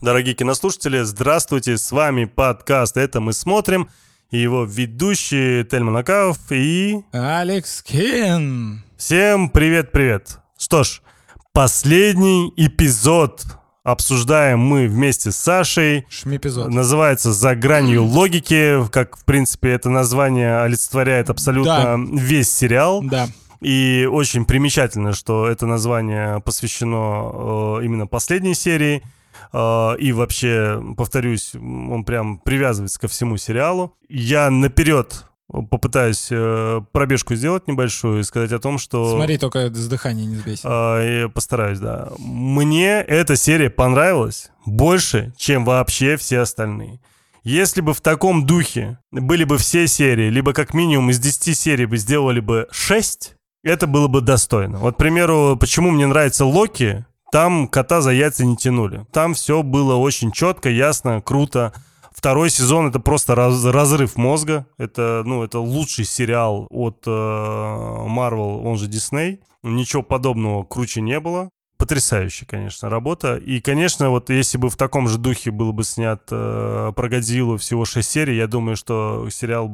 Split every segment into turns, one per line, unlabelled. дорогие кинослушатели. Здравствуйте, с вами подкаст «Это мы смотрим» и его ведущие Тельман Акаев и...
Алекс Кин.
Всем привет-привет. Что ж, последний эпизод обсуждаем мы вместе с Сашей.
Шмепизод.
Называется «За гранью логики», как, в принципе, это название олицетворяет абсолютно весь сериал.
Да.
И очень примечательно, что это название посвящено э, именно последней серии. Э, и вообще, повторюсь, он прям привязывается ко всему сериалу. Я наперед попытаюсь э, пробежку сделать небольшую и сказать о том, что...
Смотри, только с дыхания не сбейся.
Э, я постараюсь, да. Мне эта серия понравилась больше, чем вообще все остальные. Если бы в таком духе были бы все серии, либо как минимум из 10 серий бы сделали бы 6, это было бы достойно. Вот, к примеру, почему мне нравится Локи, там кота за яйца не тянули. Там все было очень четко, ясно, круто. Второй сезон это просто раз- разрыв мозга. Это, ну, это лучший сериал от э, Marvel, он же Disney. Ничего подобного круче не было. Потрясающая, конечно, работа. И, конечно, вот если бы в таком же духе был бы снят э, про Годзиллу всего 6 серий, я думаю, что сериал,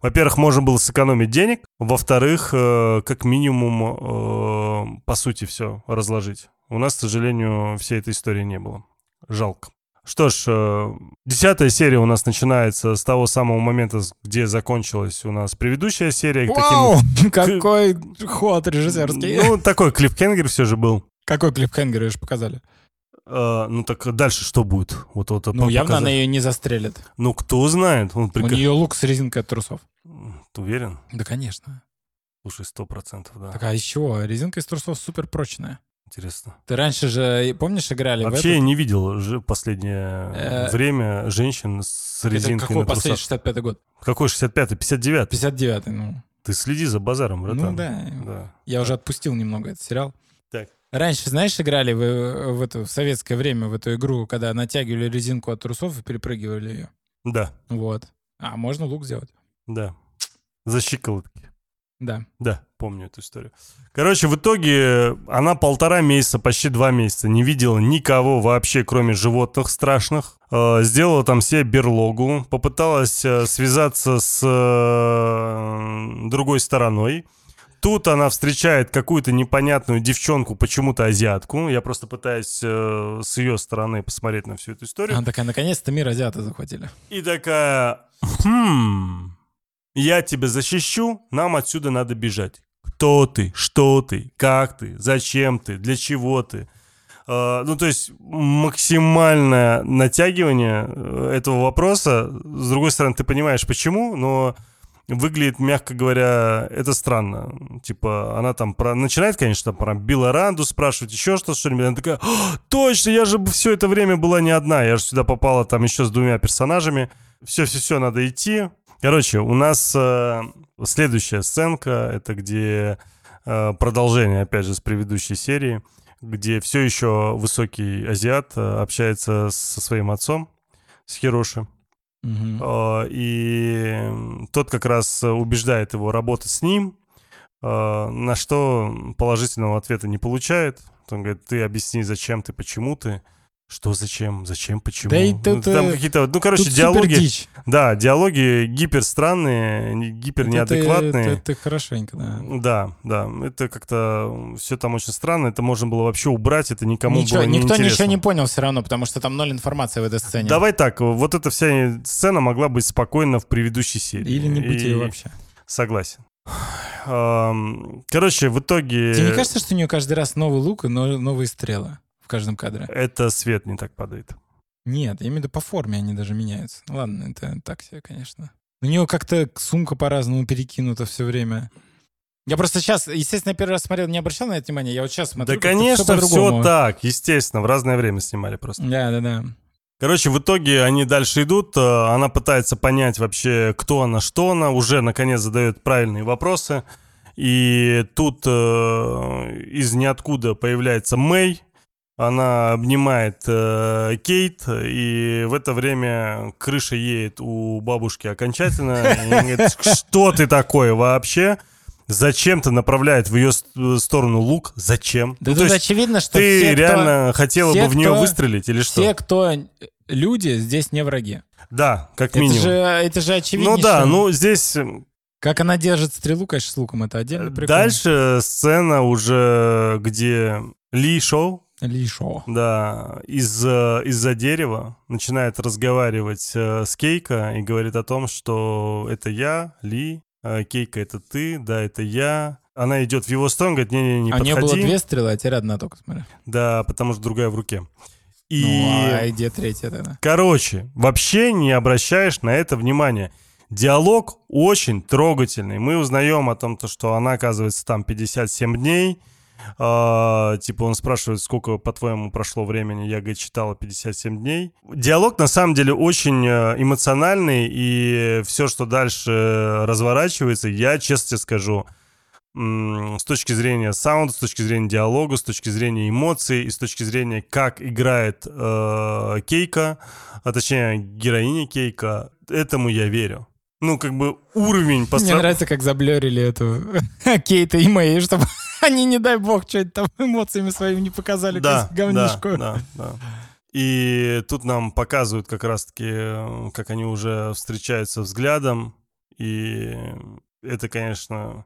во-первых, можно было сэкономить денег, во-вторых, э, как минимум, э, по сути, все разложить. У нас, к сожалению, всей этой истории не было. Жалко. Что ж, э, десятая серия у нас начинается с того самого момента, с- где закончилась у нас предыдущая серия.
Вау! Какой ход режиссерский.
Ну, такой клиффхенгер все же был.
Какой клипхенгер ее же показали?
Э, ну так дальше что будет? Вот, вот,
Ну,
по-
явно
показать.
она ее не застрелит.
Ну кто знает? Он
У
прика-
нее лук с резинкой от трусов.
Ты уверен?
Да, конечно.
Слушай, сто процентов, да.
Так а из чего? Резинка из трусов супер прочная.
Интересно.
Ты раньше же, и помнишь, играли
Вообще я
в
не видел же последнее
Э,
время женщин с
этот... Это
резинкой
какой
на трусах.
последний 65-й год?
Какой 65-й? 59-й.
59-й, ну.
Ты следи за базаром, братан.
Ну да.
Да.
Я уже отпустил немного этот сериал.
Так.
Раньше, знаешь, играли в, в, эту, в советское время в эту игру, когда натягивали резинку от трусов и перепрыгивали ее.
Да,
Вот. А можно лук сделать?
да. За щиколотки.
Да.
Да, помню эту историю. Короче, в итоге э, она полтора месяца, почти два месяца не видела никого вообще, кроме животных страшных. Э, Сделала там себе берлогу, попыталась э, связаться с э, другой стороной. Тут она встречает какую-то непонятную девчонку, почему-то азиатку. Я просто пытаюсь э, с ее стороны посмотреть на всю эту историю.
Она такая, А, наконец-то мир азиаты захватили.
И такая, хм, я тебя защищу, нам отсюда надо бежать. Кто ты, что ты, как ты, зачем ты, для чего ты. Э, Ну, то есть максимальное натягивание э, этого вопроса. С другой стороны, ты понимаешь, почему, но выглядит, мягко говоря, это странно. Типа, она там про... начинает, конечно, там про Белоранду спрашивать, еще что-то, что-нибудь. Она такая, «О, точно, я же все это время была не одна, я же сюда попала там еще с двумя персонажами. Все-все-все, надо идти. Короче, у нас э, следующая сценка, это где э, продолжение, опять же, с предыдущей серии, где все еще высокий азиат э, общается со своим отцом, с Хироши.
Мгм.
Э, И м, тот как раз э, убеждает его работать с ним, э, на что положительного ответа не получает. Он говорит, ты объясни, зачем ты, почему ты, что зачем, зачем, почему.
Да и
Ну,
тут,
там
э,
какие-то, ну, короче,
Тут супер
диалоги,
дичь.
да, диалоги гипер странные, не- гипер
Это э,
неадекватные.
Ты, ты- ты хорошенько, да.
Да, да, это как-то все там очень странно, это можно было вообще убрать, это никому
Ничего,
было не
никто ничего
интересно.
не понял все равно, потому что там ноль информации в этой сцене.
Давай так, вот эта вся сцена могла быть спокойно в предыдущей серии.
Или не быть
И-
ее вообще.
Согласен. Эм, Короче, в итоге...
Тебе не кажется, что у нее каждый раз новый лук и но- новые стрелы в каждом кадре?
Это свет не так падает.
Нет, я имею в виду по форме они даже меняются. Ну Ладно, это так себе, конечно. У нее как-то сумка по-разному перекинута все время. Я просто сейчас, естественно, первый раз смотрел, не обращал на Ну, типа, это внимания. Я вот сейчас смотрю.
да, конечно, все
все
так, естественно, в разное время снимали просто.
Да, да,
Ну,
да.
Короче, в итоге они дальше идут, э, она пытается понять вообще, кто она, что она, уже наконец задает правильные вопросы. И тут э, из ниоткуда появляется Мэй, она обнимает э, Кейт, и в это время крыша едет у бабушки окончательно. И она говорит, что ты такое вообще? зачем-то направляет в ее с- э, сторону лук. Зачем?
Да
Ну, то
тут
есть
очевидно, что
ты
все, кто-
реально хотела
все,
бы в нее
кто-
выстрелить или что?
все, кто люди, здесь не враги.
Да, как
Это
минимум.
же, это же очевидно.
ну да, ну здесь э,
Как она держит стрелу, конечно, с луком, это отдельно прикольно.
дальше сцена уже, где Ли Шоу,
Лишо.
Да, из, э, из-за дерева начинает разговаривать э, с Кейка и говорит о том, что это я, Ли, э, Кейка это ты, да, это я. Она идет в его сторону, говорит, не-не-не, не
А у нее было
подходи.
две стрелы, а теперь одна только, смотри.
Да, потому что другая в руке. И,
Ну, а где третья тогда?
короче, вообще не обращаешь на это внимания. Диалог очень трогательный. Мы узнаем о том, то, что она, оказывается, там 57 дней. А, типа он спрашивает, сколько, по-твоему, прошло времени. Я, говорит, читала 57 дней. Диалог, на самом деле, очень э, эмоциональный. И все, что дальше разворачивается, я, честно тебе скажу, м, с точки зрения саунда, с точки зрения диалога, с точки зрения эмоций и с точки зрения, как играет э, Кейка, а точнее героиня Кейка, этому я верю. Ну, как бы уровень... по
Мне
сра-
нравится, как заблерили эту Кейта и Мэй, чтобы они, не дай бог, что-то там эмоциями своими не показали,
да,
какую-то говнишку.
Да, да, да. И тут нам показывают как раз-таки, э, как они уже встречаются взглядом, и это, конечно,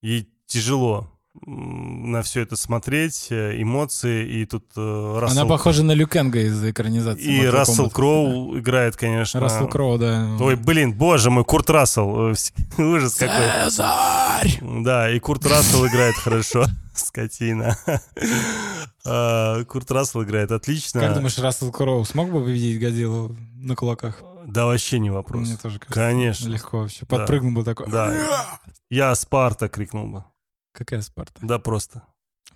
ей тяжело м, на все это смотреть, э, эмоции, и тут э, Рассел...
Она похожа на Люкенга из экранизации.
И
Mortal
Рассел
Kombat.
Кроу играет, конечно...
Рассел Кроу, да.
Ой, блин, боже мой, Курт Рассел, э, вс- ужас какой.
Цезарь!
Да, и Курт Рассел играет хорошо, скотина. А, Курт Рассел играет отлично.
Как думаешь, Рассел Кроу смог бы победить Годзиллу на кулаках?
Да вообще не
Мне
вопрос.
тоже кажется.
Конечно.
Легко вообще.
Да.
Подпрыгнул бы такой.
Да. Я Спарта крикнул бы.
Какая Спарта?
Да просто.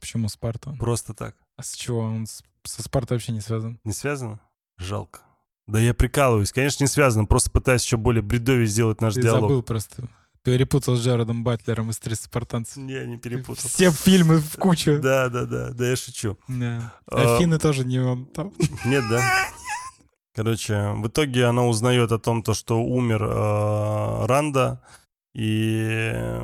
Почему Спарта?
Просто так.
А с чего он с- со Спартой вообще не связан?
Не связано? Жалко. Да я прикалываюсь. Конечно, не связано. Просто пытаюсь еще более бредовее сделать наш
Ты
диалог.
забыл просто. Перепутал с Джаредом Батлером из 30 спартанцев.
Не, не перепутал.
Все фильмы в кучу.
Да, да, да. Да я шучу.
Да.
А-
Афины тоже не он там.
Нет, да. Короче, в итоге она узнает о том, то, что умер э, Ранда, и э,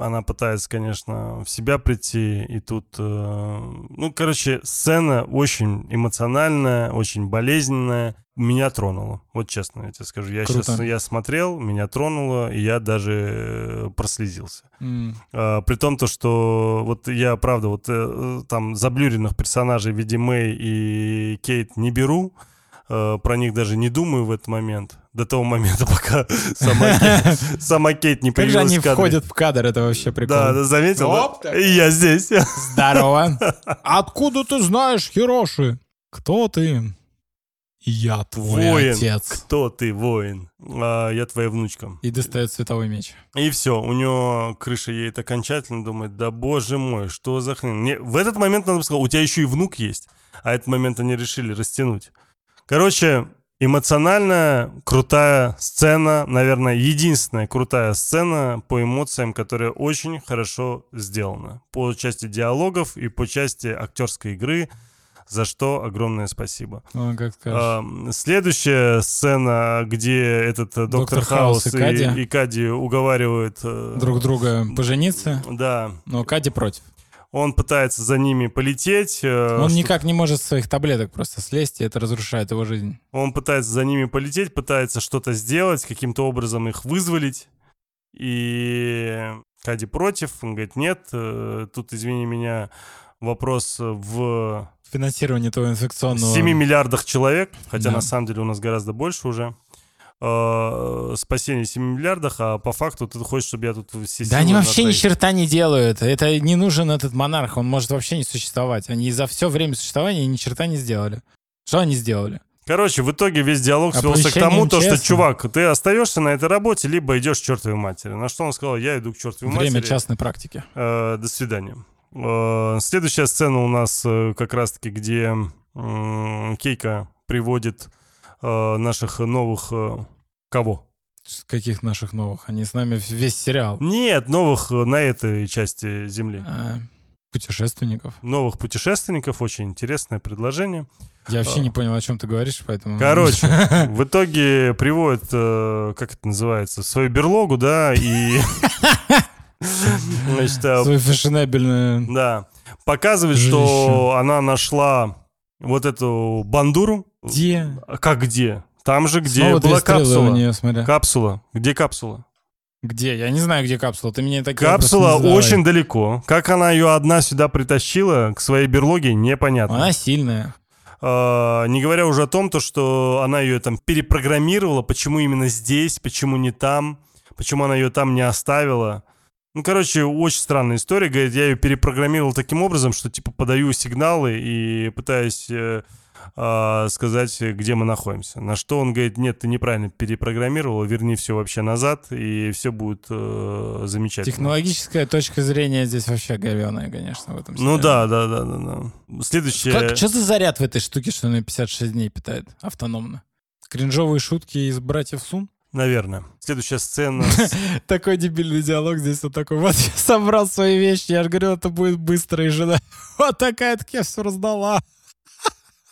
она пытается, конечно, в себя прийти, и тут, э, ну, короче, сцена очень эмоциональная, очень болезненная, меня тронула, вот честно я тебе скажу, я
Круто.
сейчас я смотрел, меня тронуло, и я даже э, прослезился.
М.
А, При том, то, что вот я, правда, вот э, э, там заблюренных персонажей в виде Мэй и Кейт не беру, э, про них даже не думаю в этот момент, до того момента, пока сама Кейт, сама Кейт не
Как же
появилась
они
в кадре.
входят в кадр, это
Да,
вообще прикольно.
да, заметил? да?
Оп, так.
И я здесь.
Здорово. Откуда ты знаешь, Хироши? Кто ты? Я твой
Воин.
отец.
Кто ты, воин? А, я твоя внучка.
И достает световой меч.
И все, у нее крыша едет окончательно, думает, да боже мой, что за хрень. Мне- в этот момент надо бы сказать, у тебя еще и внук есть. А этот момент они решили растянуть. Короче, эмоциональная, крутая сцена, наверное, единственная крутая сцена по эмоциям, которая очень хорошо сделана. По части диалогов и по части актерской игры, за что огромное спасибо.
Ну, как скажешь.
Эм, Следующая сцена, где этот э, доктор,
Доктор
Хаус,
Хаус и
и,
Кади.
и Кади уговаривают э,
Друг друга пожениться,
Да,
но Кади против.
он пытается за ними полететь. э,
Он
что-
никак не может с своих таблеток просто слезть, и это разрушает его жизнь.
он пытается за ними полететь, пытается что-то сделать, каким-то образом их вызволить. И Кади против, он говорит, нет, э, тут, извини меня, вопрос в
Финансирование твоего инфекционного...
7 миллиардах человек, хотя
Да.
на самом деле у нас гораздо больше уже. Э, Спасение 7 миллиардах, а по факту ты хочешь, чтобы я тут все
Да
силы
они вообще ни
на твои-
черта не делают. Это не нужен этот монарх, он может вообще не существовать. Они за все время существования ни черта не сделали. Что они сделали?
Короче, в итоге весь диалог
А
свелся к
Оповещением
тому, то, что,
честно.
чувак, ты остаешься на этой работе, либо идешь к чертовой матери. На что он сказал, я иду к чертовой
Время
матери.
частной практики.
Э, до свидания. Э, следующая сцена у нас э, как раз-таки, где м, Кейка приводит э, наших новых... э, кого?
С Каких наших новых? Они с нами весь сериал.
Нет, новых э, на этой части Земли.
А, Путешественников.
Новых путешественников, очень интересное предложение.
Я вообще
А.
не понял, о чем ты говоришь, поэтому...
Короче, в итоге приводит, э, как это называется, свою берлогу, да, и Значит, э,
Свою фешенебельную...
да. Показывает, что
Жилище.
она нашла вот эту бандуру.
Где?
А Как где? Там же, где
Снова две
была
стрелы у
капсула.
нее, смотря.
Капсула. Где капсула?
Где? Я не знаю, где капсула. Ты мне такие вопросы не
Капсула
задавай.
очень далеко. Как она ее одна сюда притащила к своей берлоге, непонятно.
Она сильная.
А, Не говоря уже о том, то, что она ее там перепрограммировала, почему именно здесь, почему не там, почему она ее там не оставила. Ну, короче, очень странная история. Говорит, я ее перепрограммировал таким образом, что типа подаю сигналы и пытаюсь э, а, сказать, где мы находимся. На что он говорит, нет, ты неправильно перепрограммировал, верни все вообще назад, и все будет э, замечательно.
Технологическая точка зрения здесь вообще говёная, конечно, в этом
Ну
сериале.
да, да, да, да, да. Следующее.
Как, что за заряд в этой штуке, что она 56 дней питает автономно? Кринжовые шутки из «Братьев Сум»?
Наверное. Следующая сцена. с-
Такой дебильный диалог здесь вот такой. Вот я собрал свои вещи, я же говорю, это будет быстро, и жена вот такая так я все раздала.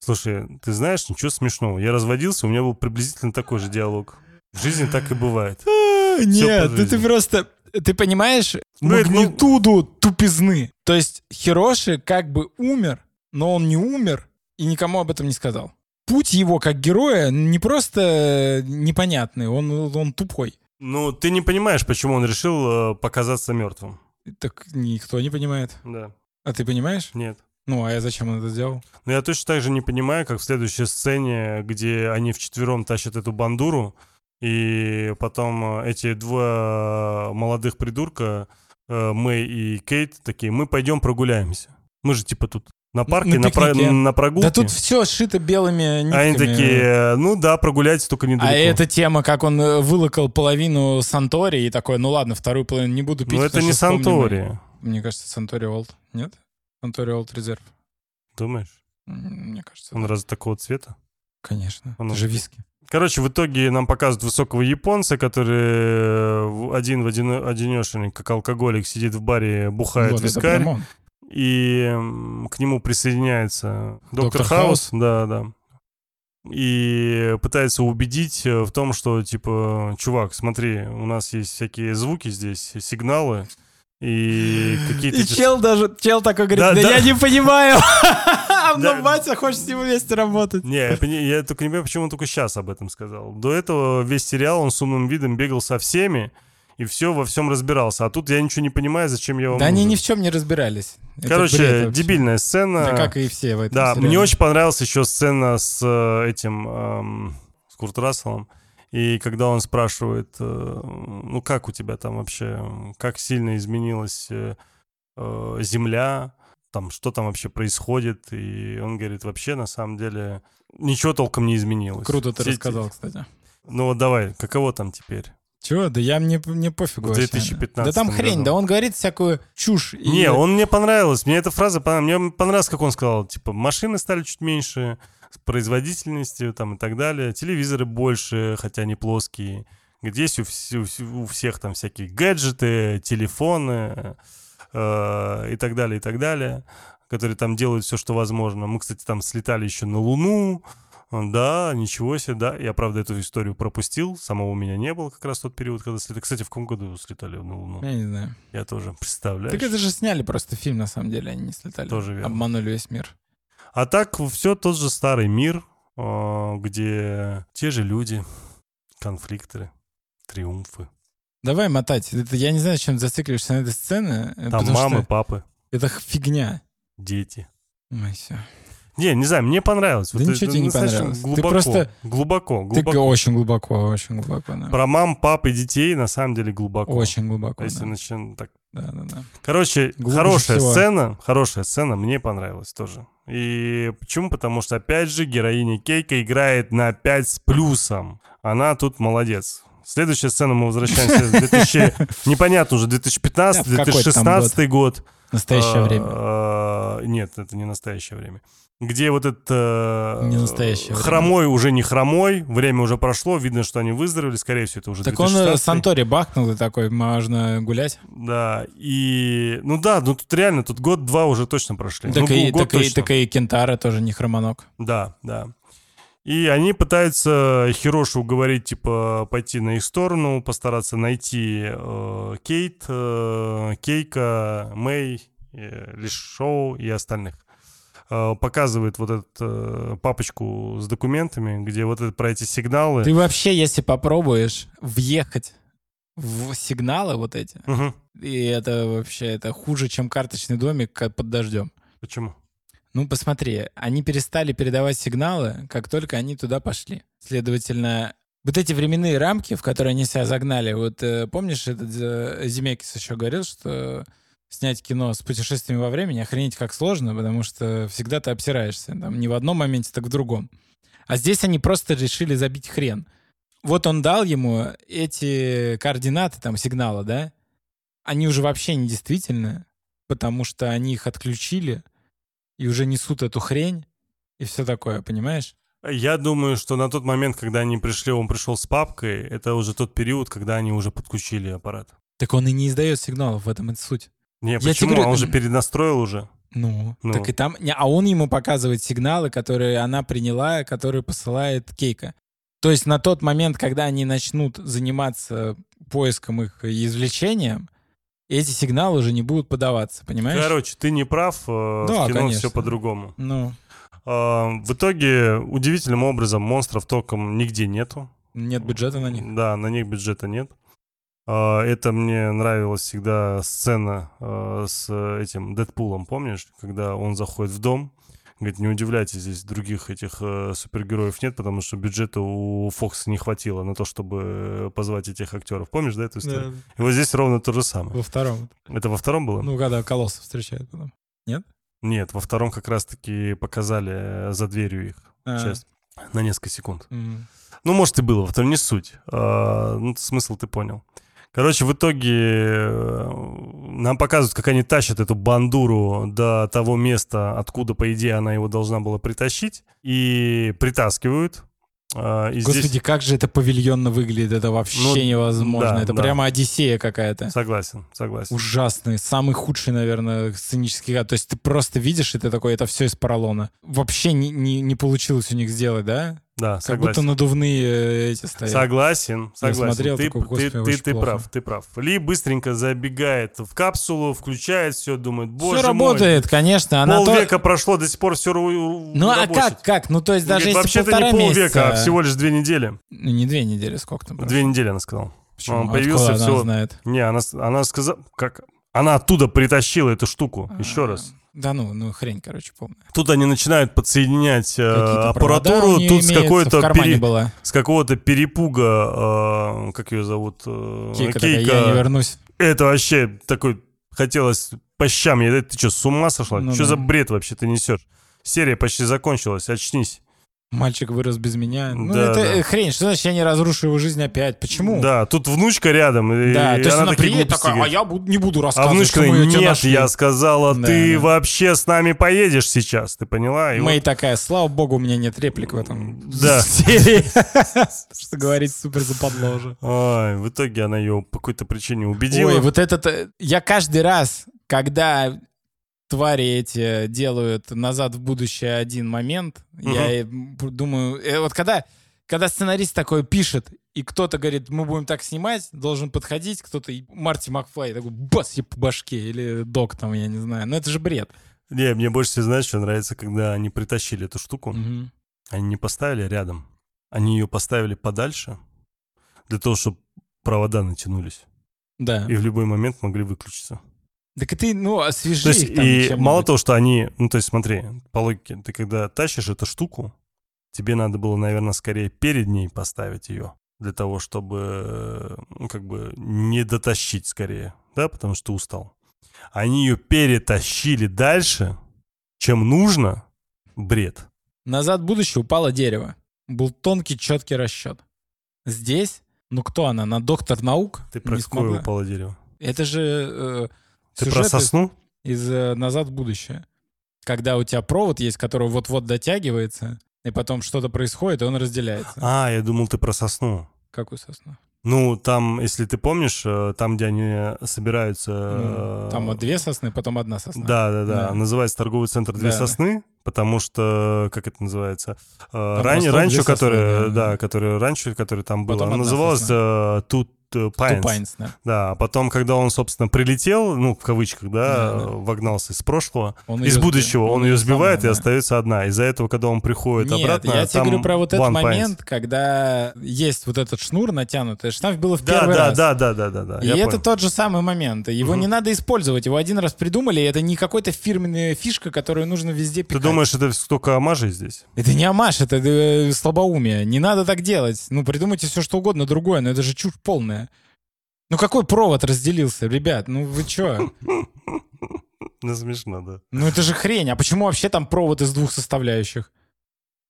Слушай, ты знаешь, ничего смешного. Я разводился, у меня был приблизительно такой же диалог. В жизни так и бывает.
А, Нет,
по
да ты
жизни.
просто... Ты понимаешь
Ну, это, ну-
магнитуду тупизны? То есть Хироши как бы умер, но он не умер и никому об этом не сказал. Путь его как героя не просто э, непонятный, он, он тупой.
Ну, ты не понимаешь, почему он решил э, показаться мертвым.
Так никто не понимает.
Да.
А ты понимаешь?
Нет.
Ну, а я зачем он это сделал?
Но я точно так же не понимаю, как в следующей сцене, где они вчетвером тащат эту бандуру, и потом э, эти два молодых придурка, э, Мэй и Кейт, такие, мы пойдем прогуляемся. Мы же типа тут на парке, на, про-
пикнике.
на прогулке.
Да тут все сшито белыми нитками.
а они такие, ну да, прогуляйтесь, только недалеко.
А эта тема, как он э, вылокал половину Сантори и такой, ну ладно, вторую половину не буду пить.
Ну это
потому
не
что вспомним-
Сантория.
Мне кажется, Сантори Олд. Нет? Сантори Олд Резерв.
Думаешь?
М, Мне кажется.
Он раз такого цвета?
Конечно.
Он
Это
уже-
же виски.
Короче, в итоге нам показывают высокого японца, который э, в- один в один, одинешенек, как алкоголик, сидит в баре, бухает
Ну Вот, это
вискарь.
прям он.
И м, к нему присоединяется доктор,
Доктор
Хаус. Да, да. И пытается убедить э, в том, что, типа, чувак, смотри, у нас есть всякие звуки здесь, сигналы и какие-то...
И
эти-
чел даже, чел такой говорит,
Да,
да,
да.
я не понимаю. А
Да.
мне батя хочет с ним вместе работать.
Не, я, пони- я только не понимаю, почему он только сейчас об этом сказал. До этого весь сериал он с умным видом бегал со всеми и все во всем разбирался. А тут я ничего не понимаю, зачем я вам.
Да они
нужен.
ни в чем не разбирались. Это бред
Короче,
вообще.
дебильная сцена.
Да как и все в этом
Да,
сериале.
мне очень понравилась еще сцена с э, этим эм, с Курт Расселом. И когда он спрашивает, э, ну как у тебя там вообще, как сильно изменилась э, э, земля, там что там вообще происходит, и он говорит, вообще на самом деле ничего толком не изменилось.
Круто ты
Все эти-
рассказал, кстати.
Ну вот давай, каково там теперь?
Чего? Да я мне, мне пофигу.
В
вообще.
2015
Да там хрень,
году.
да он говорит всякую чушь. и-
Не, он мне понравилось, мне эта фраза понравилась, мне понравилось, как он сказал, типа машины стали чуть меньше, с производительностью там и так далее, телевизоры больше, хотя не плоские. Где есть у, вс- у вс- у всех там всякие гаджеты, телефоны э, и так далее, и так далее, которые там делают все, что возможно. Мы, кстати, там слетали еще на Луну. Да, ничего себе, да. Я, правда, эту историю пропустил. Самого у меня не было как раз в тот период, когда слетали. Кстати, в каком году слетали на Луну?
Я не знаю.
Я тоже представляю.
Э, Так это же сняли просто фильм, на самом деле, они не слетали.
Тоже верно.
Обманули весь мир.
А так все тот же старый мир, а, где те же люди, конфликты, триумфы.
Давай мотать. Это- я не знаю, чем ты зацикливаешься на этой сцене. э,
Там
потому
мамы,
что
папы,
Это х- фигня.
дети.
Ой, всё.
Не, не знаю, мне понравилось.
Да ничего тебе не
достаточно
понравилось. Ты
Глубоко,
просто-
глубоко,
Ты
глубоко.
г- очень глубоко, очень глубоко. да.
Про мам, пап и детей на самом деле глубоко. А
Очень глубоко.
Если
да.
начи- так.
Да, да, да.
Короче,
Глубже
хорошая
всего.
сцена, хорошая сцена, мне понравилась тоже. И почему? Потому что, опять же, героиня Кейка играет на 5 с плюсом. Она тут молодец. Следующая сцена, мы возвращаемся в 2000... Непонятно уже,
Да, в какой там
2015-2016 год.
Настоящее время.
А, Нет, это не настоящее время. Где вот этот... э,
Не настоящее время.
Хромой уже не хромой, время уже прошло, видно, что они выздоровели, скорее всего, это уже
Так он э,
2016.
Сантори бахнул и такой, можно гулять.
Да, и... Ну да, ну тут реально, тут год-два уже точно прошли.
Так
ну,
и
год
так и-
точно.
так и Кентара тоже не хромонок.
Да, да. И они пытаются Хирошу уговорить, типа, пойти на их сторону, постараться найти э, Кейт, э, Кейка, Мэй, э, Лишоу и остальных. Э, показывает вот эту э, папочку с документами, где вот это, про эти сигналы.
Ты вообще, если попробуешь въехать в сигналы вот эти,
Мгм.
и это вообще это хуже, чем карточный домик ка- под дождем.
Почему?
Ну, посмотри, они перестали передавать сигналы, как только они туда пошли. Следовательно, вот эти временные рамки, в которые они себя загнали, вот э, помнишь, этот э, Земекис еще говорил, что снять кино с путешествиями во времени охренеть как сложно, потому что всегда ты обсираешься. Там не в одном моменте, так в другом. А здесь они просто решили забить хрен. Вот он дал ему эти координаты, там, сигнала, да? Они уже вообще недействительны, потому что они их отключили, и уже несут эту хрень и все такое, понимаешь?
Я думаю, что на тот момент, когда они пришли, он пришел с папкой, это уже тот период, когда они уже подключили аппарат.
Так он и не издает сигналов, в этом и суть.
Не,
Я тебе
почему?
говорю, э,
А он же
м.
перенастроил уже.
Ну,
Ну.
так и там... не, А он ему показывает сигналы, которые она приняла, которые посылает Кейка. То есть на тот момент, когда они начнут заниматься поиском их и извлечением, эти сигналы уже не будут подаваться, понимаешь?
Короче, ты не прав, э,
Да,
в кино
конечно.
все по-другому.
Ну,
А, В итоге, удивительным образом, монстров током нигде нету.
нет бюджета на них.
Да, на них бюджета нет. А, Это мне нравилась всегда сцена э, с этим Дэдпулом, помнишь? Когда он заходит в дом, говорит, не удивляйтесь, здесь других этих э, супергероев нет, потому что бюджета у Фокса не хватило на то, чтобы позвать этих актеров. Помнишь, да, эту историю? И вот здесь ровно то же самое.
Во втором.
Это во втором было?
Ну, когда колосса встречают потом.
Нет, во втором как раз-таки показали э, за дверью их
А,
часть на несколько секунд.
м.
Ну, может, и было, в том не суть. А, ну, смысл ты понял. Короче, в итоге э, нам показывают, как они тащат эту бандуру до того места, откуда, по идее, она его должна была притащить, и притаскивают. А, и
Господи,
здесь...
как же это павильонно выглядит, это вообще
Ну,
невозможно.
да,
это
да.
прямо Одиссея какая-то.
Согласен, согласен.
Ужасный, самый худший, наверное, сценический гад. То есть ты просто видишь, и ты такой, это все из поролона. Вообще не, не, не получилось у них сделать, да?
Да,
Как
согласен.
будто надувные э, эти стоят.
Согласен,
Я
согласен.
смотрел,
ты,
такой,
ты-
«Господи,
ты-
очень
ты
плохо».
прав, ты прав. Ли быстренько забегает в капсулу, включает все, думает, боже
все
мой,
работает, конечно. Она то-
полвека прошло, до сих пор все
Ну а как, как? Ну то есть даже если
вообще это
полтора
не полвека, а
месяца-
всего лишь две недели.
Ну, не две недели, сколько там?
Две недели, она сказала.
Почему?
Он
Откуда
появился
она
всего-
знает?
Не, она, с- она сказала, как... Она оттуда притащила эту штуку, еще
А,
раз.
Да ну, ну хрень, короче, полная.
Тут они начинают подсоединять э,
Какие-то провода у
аппаратуру,
неё
тут с,
имеются, в
какой-то
кармане
пере-
была.
с какого-то перепуга, э, как ее зовут, э,
Кейка, такая, я не вернусь.
это вообще такой, хотелось по щам, я, ты что, с ума сошла?
Ну
что
да.
за бред вообще ты несешь? Серия почти закончилась, очнись.
Мальчик вырос без меня. Ну,
Да,
это
да.
э, хрень. Что значит, я не разрушу его жизнь опять? Почему?
Да, тут внучка рядом, и,
Да, то есть она,
такие
приедет
глупости
такая, а
говорит.
я буду- не буду
А
рассказывать,
внучка
что мы её
говорит,
тебя
нет,
нашли».
я сказала,
Да,
ты
да.
вообще с нами поедешь сейчас, ты поняла? И
Мэй
вот-
такая, слава богу, у меня нет реплик в этом.
Да.
серии». Что говорить супер западло уже.
Ой, в итоге она ее по какой-то причине убедила.
Ой, вот этот... э, Я каждый раз, когда твари эти делают назад в будущее один момент, я э, думаю... э, Вот когда... Когда сценарист такое пишет, и кто-то говорит, мы будем так снимать, должен подходить кто-то, и Марти Макфлай такой, бас, ей по башке, или док там, я не знаю. Но это же бред.
Не, мне больше всего, знаешь, что нравится, когда они притащили эту штуку,
Мгм.
они не поставили рядом, они ее поставили подальше, для того, чтобы провода натянулись.
Да.
И в любой момент могли выключиться.
Так и ты, ну, освежи
То есть,
их там
и
чем-нибудь.
мало того, что они... Ну, то есть, смотри, по логике, ты когда тащишь эту штуку, тебе надо было, наверное, скорее перед ней поставить ее, для того, чтобы, э, ну, как бы, не дотащить скорее, да, потому что ты устал. Они ее перетащили дальше, чем нужно, бред.
Назад в будущее упало дерево. Был тонкий, четкий расчет. Здесь, ну кто она? Она доктор наук?
Ты
Не
про какое
смогла.
упало дерево?
Это же э,
Ты про
сюжет из-
сосну?
из э, «Назад в будущее». Когда у тебя провод есть, который вот-вот дотягивается, и потом что-то происходит, и он разделяется.
А, я думал, ты про сосну.
Какую сосну?
Ну, там, если ты помнишь, э, там, где они собираются...
Ну,
э,
Там вот две сосны, потом одна сосна.
Да, да, да.
Да.
Называется торговый центр Две
Да.
сосны. потому что, как это называется, э,
Там
ран-
просто
ранчо,
лес
которое,
освоили, да.
да, которое ранчо, которое там было,
Потом
оно
одна
называлось
сосна.
э, Тут э, Pines.
Тупайнс, да.
Да, а потом, когда он, собственно, прилетел, ну, в кавычках, да,
Да, да.
э, вогнался из прошлого,
Он
из
её сби-
будущего, он, ее
её
сбивает
сломал,
и
да.
остается одна. Из-за этого, когда он приходит
Нет,
обратно, а
я тебе
там
говорю про вот этот
One Pines.
момент, когда есть вот этот шнур натянутый. Штамп было в
Да,
первый
да,
раз.
да, да, да, да, да.
И
я
это
понял.
тот же самый момент. Его
Мгм.
не надо использовать. Его один раз придумали, и это не какая-то фирменная фишка, которую нужно везде
Ты
пикать.
думаешь, это столько амажей здесь?
Это не амаш, это э, слабоумие. Не надо так делать. Ну, придумайте все что угодно другое, но это же чушь полная. Ну, какой провод разделился, ребят? Ну, вы чё?
Ну, смешно, да.
Ну, это же хрень. А почему вообще там провод из двух составляющих?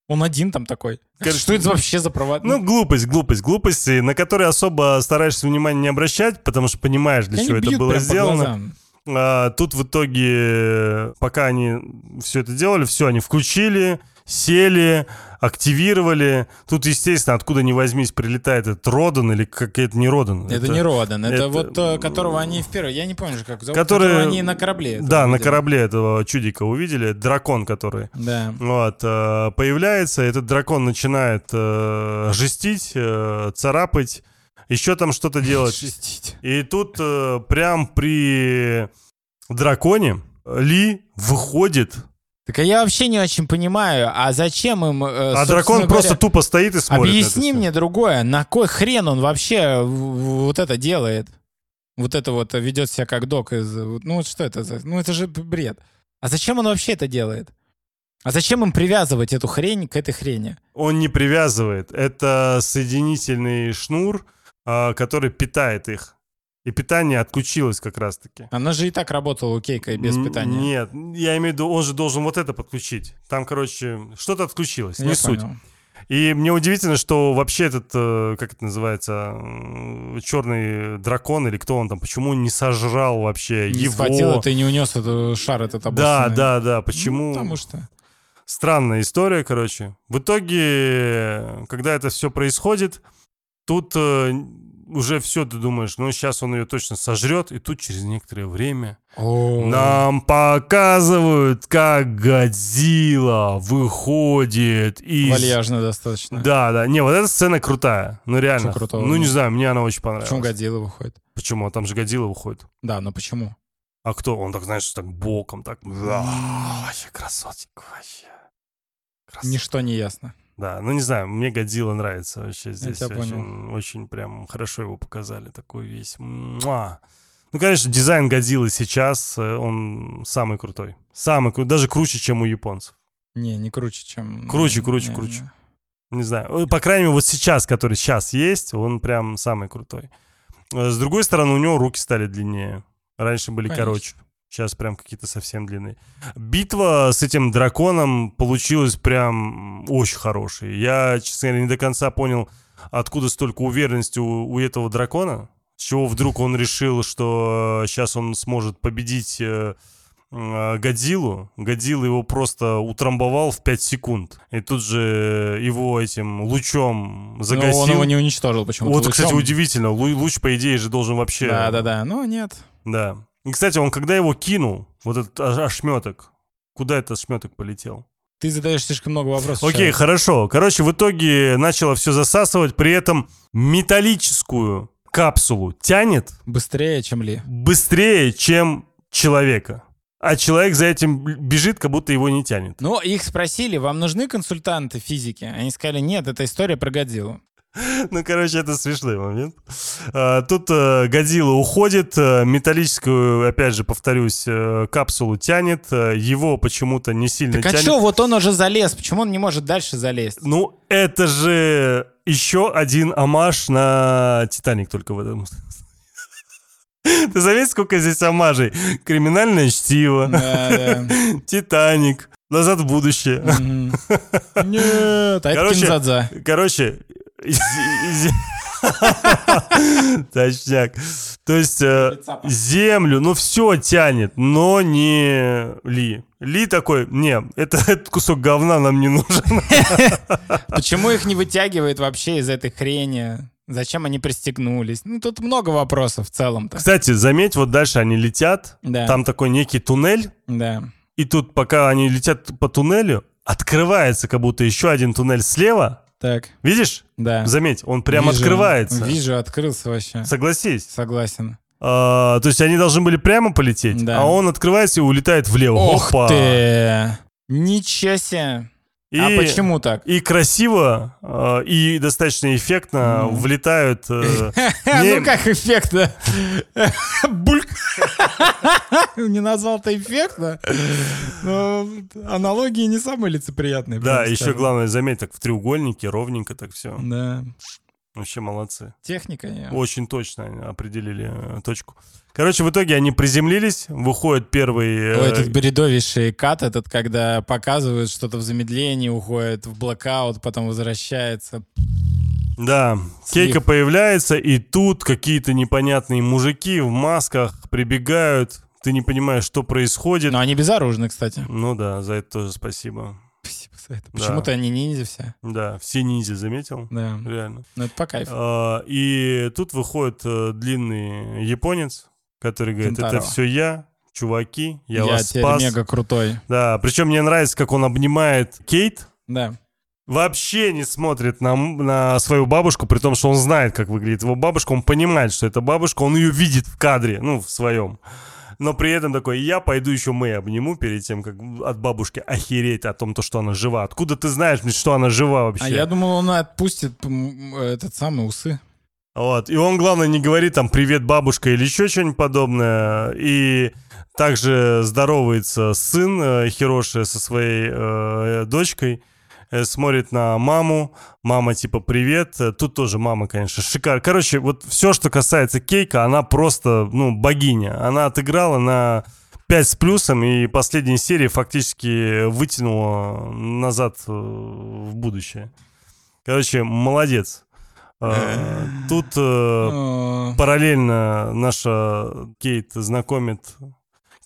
Он один там такой.
Короче,
что это вообще за провод?
Ну, глупость, глупость, глупость, и на которые особо стараешься внимания не обращать, потому что понимаешь, для
они
чего это
бьют
было
прям по
сделано.
глазам.
А, тут в итоге, пока они все это делали, все они включили, сели, активировали. Тут, естественно, откуда ни возьмись, прилетает этот Родан или как это не Родан.
Это, не Родан, это,
это-
вот э, которого они в первый... Я не помню, же, как зовут.
Который-
которого они на корабле. это
Да, на
видели.
корабле этого чудика увидели, дракон который.
Да.
Вот, э, появляется, этот дракон начинает э, жестить, э, царапать, еще там что-то делать.
Шестить.
И тут э, прям при драконе Ли выходит,
Так а я вообще не очень понимаю, а зачем им... э,
а
собственно
дракон
говоря,
просто тупо стоит и смотрит. на это
Объясни
всё.
мне другое, на кой хрен он вообще в- в- вот это делает? Вот это вот ведет себя как док из... вот, Ну вот что это за... Ну это же бред. А зачем он вообще это делает? А зачем им привязывать эту хрень к этой хрени?
Он не привязывает. Это соединительный шнур, а, который питает их. И питание отключилось как раз-таки.
Она же и так работала у Кейка и без
М,
питания.
Нет, я имею в виду, он же должен вот это подключить. Там, короче, что-то отключилось,
Я
не суть.
понял.
И мне удивительно, что вообще этот, э, как это называется, черный дракон или кто он там, почему он не сожрал вообще
Не
его?
схватил это и не унес этот шар этот
да,
обоссанный.
да, да.
Ну,
Почему?
потому что...
Странная история, короче. В итоге, когда это все происходит, тут э, уже все ты думаешь, ну сейчас он ее точно сожрет, и тут через некоторое время
О,
нам показывают, как Годзилла выходит из...
Вальяжно достаточно.
Да, да. Не, вот эта сцена крутая. Ну реально.
Чё крутого?
Ну не знаю, мне она очень понравилась.
Почему Годзилла выходит?
Почему? А Там же Годзилла выходит.
Да, но почему?
А кто? Он так, знаешь, так боком, так... Да, Вообще красотик, вообще. Красавчик.
Ничто не ясно.
Да, ну не знаю, мне Годзилла нравится вообще здесь.
тебя понял.
Очень, очень прям хорошо его показали, такой весь. муа. Ну, конечно, дизайн Годзиллы сейчас, э, он самый крутой. Самый крутой, даже круче, чем у японцев.
Не, не круче, чем...
Круче, круче,
Не,
круче.
не.
Не знаю, э, по крайней мере, вот сейчас, который сейчас есть, он прям самый крутой. Э, С другой стороны, у него руки стали длиннее. Раньше были
Конечно.
короче. Сейчас прям какие-то совсем длинные. Битва с этим драконом получилась прям очень хорошей. Я, честно говоря, не до конца понял, откуда столько уверенности у, у этого дракона. С чего вдруг он решил, что сейчас он сможет победить э, э, Годзиллу. Годзилла его просто утрамбовал в 5 секунд. И тут же э, его этим лучом
Но
загасил.
Ну, он его не уничтожил почему-то.
Вот, кстати,
Лучом.
удивительно. Лу- Луч, по идее, же должен вообще...
Да, да, да. Ну, нет.
Да. И, кстати, он когда его кинул, вот этот о- ошметок, куда этот ошметок полетел?
Ты задаешь слишком много вопросов.
Окей,
Шарик.
хорошо. Короче, в итоге начало все засасывать, при этом металлическую капсулу тянет
Быстрее, чем Ли.
быстрее, чем человека. А человек за этим бежит, как будто его не тянет.
Ну, их спросили, вам нужны консультанты физики? Они сказали, нет, это история про Годзиллу.
Ну, короче, это смешной момент. А, Тут э, Годзилла уходит, э, металлическую, опять же, повторюсь, э, капсулу тянет, э, его почему-то не сильно
Так а
тянет.
чё, вот он уже залез, почему он не может дальше залезть?
Ну, это же еще один амаш на Титаник только в этом. Ты заметь, сколько здесь амажей? Криминальное чтиво,
Да, да.
Титаник, Назад в будущее.
Мгм. Нет, а это
Короче,
Кинзадза.
Короче, из- из- точняк. То есть э,
Лицапа.
землю, ну все тянет, но не Ли. Ли такой, не, это, этот кусок говна нам не нужен. а-
Почему их не вытягивает вообще из этой хрени? Зачем они пристегнулись? Ну, тут много вопросов в целом-то.
Кстати, заметь, вот дальше они летят,
Да,
там такой некий туннель,
да.
И тут, пока они летят по туннелю, открывается как будто еще один туннель слева.
Так,
Видишь?
да.
Заметь, он прям
Вижу,
открывается.
Вижу, открылся вообще.
Согласись.
Согласен.
А, то есть они должны были прямо полететь,
Да.
а он открывается и улетает влево.
Ох
Опа!
ты! Ничего себе!
И,
А почему так?
И красиво, а, и достаточно эффектно
Мгм.
влетают... э, не-
Ну как эффектно? Бульк! Не назвал это эффектно. но Ну, аналогии не самые лицеприятные.
Да,
прямо
еще
скажем.
главное, заметь, так в треугольнике, ровненько так все.
Да.
Вообще молодцы.
Техника. не-
Очень точно они определили э, точку. Короче, в итоге они приземлились, выходит первый... э,
Ой, этот бредовейший кат этот, когда показывают что-то в замедлении, уходит в блокаут, потом возвращается.
Да,
Слив.
Кейка появляется, и тут какие-то непонятные мужики в масках прибегают. Ты не понимаешь, что происходит.
Но они безоружны, кстати.
Ну да, за это тоже спасибо.
Спасибо за это.
Да.
Почему-то они ниндзя все.
Да, все ниндзя, заметил?
Да,
Реально.
ну это по кайфу.
А, И тут выходит э, длинный японец, который говорит, это
Кентаро.
все я, чуваки, я,
Я,
вас
теперь
спас.
мега крутой.
Да, причем мне нравится, как он обнимает Кейт,
Да.
вообще не смотрит на, м- на свою бабушку, при том, что он знает, как выглядит его бабушка, он понимает, что это бабушка, он ее видит в кадре, ну, в своем. Но при этом такой, я пойду еще Мэй обниму перед тем, как от бабушки охереть о том, то, что она жива. Откуда ты знаешь, блин, что она жива вообще?
А я думал, он отпустит м, этот самый усы.
Вот. И он, главное, не говорит там «Привет, бабушка» или еще что-нибудь подобное. И также здоровается сын э, Хироши со своей э, дочкой, э, смотрит на маму, мама типа «Привет». Э, Тут тоже мама, конечно, шикарно. Короче, вот все, что касается Кейка, она просто, ну, богиня. Она отыграла на 5 с плюсом, и последняя серия фактически вытянула назад э, в будущее. Короче, молодец. Э, Тут э,
Э,
параллельно наша Кейт знакомит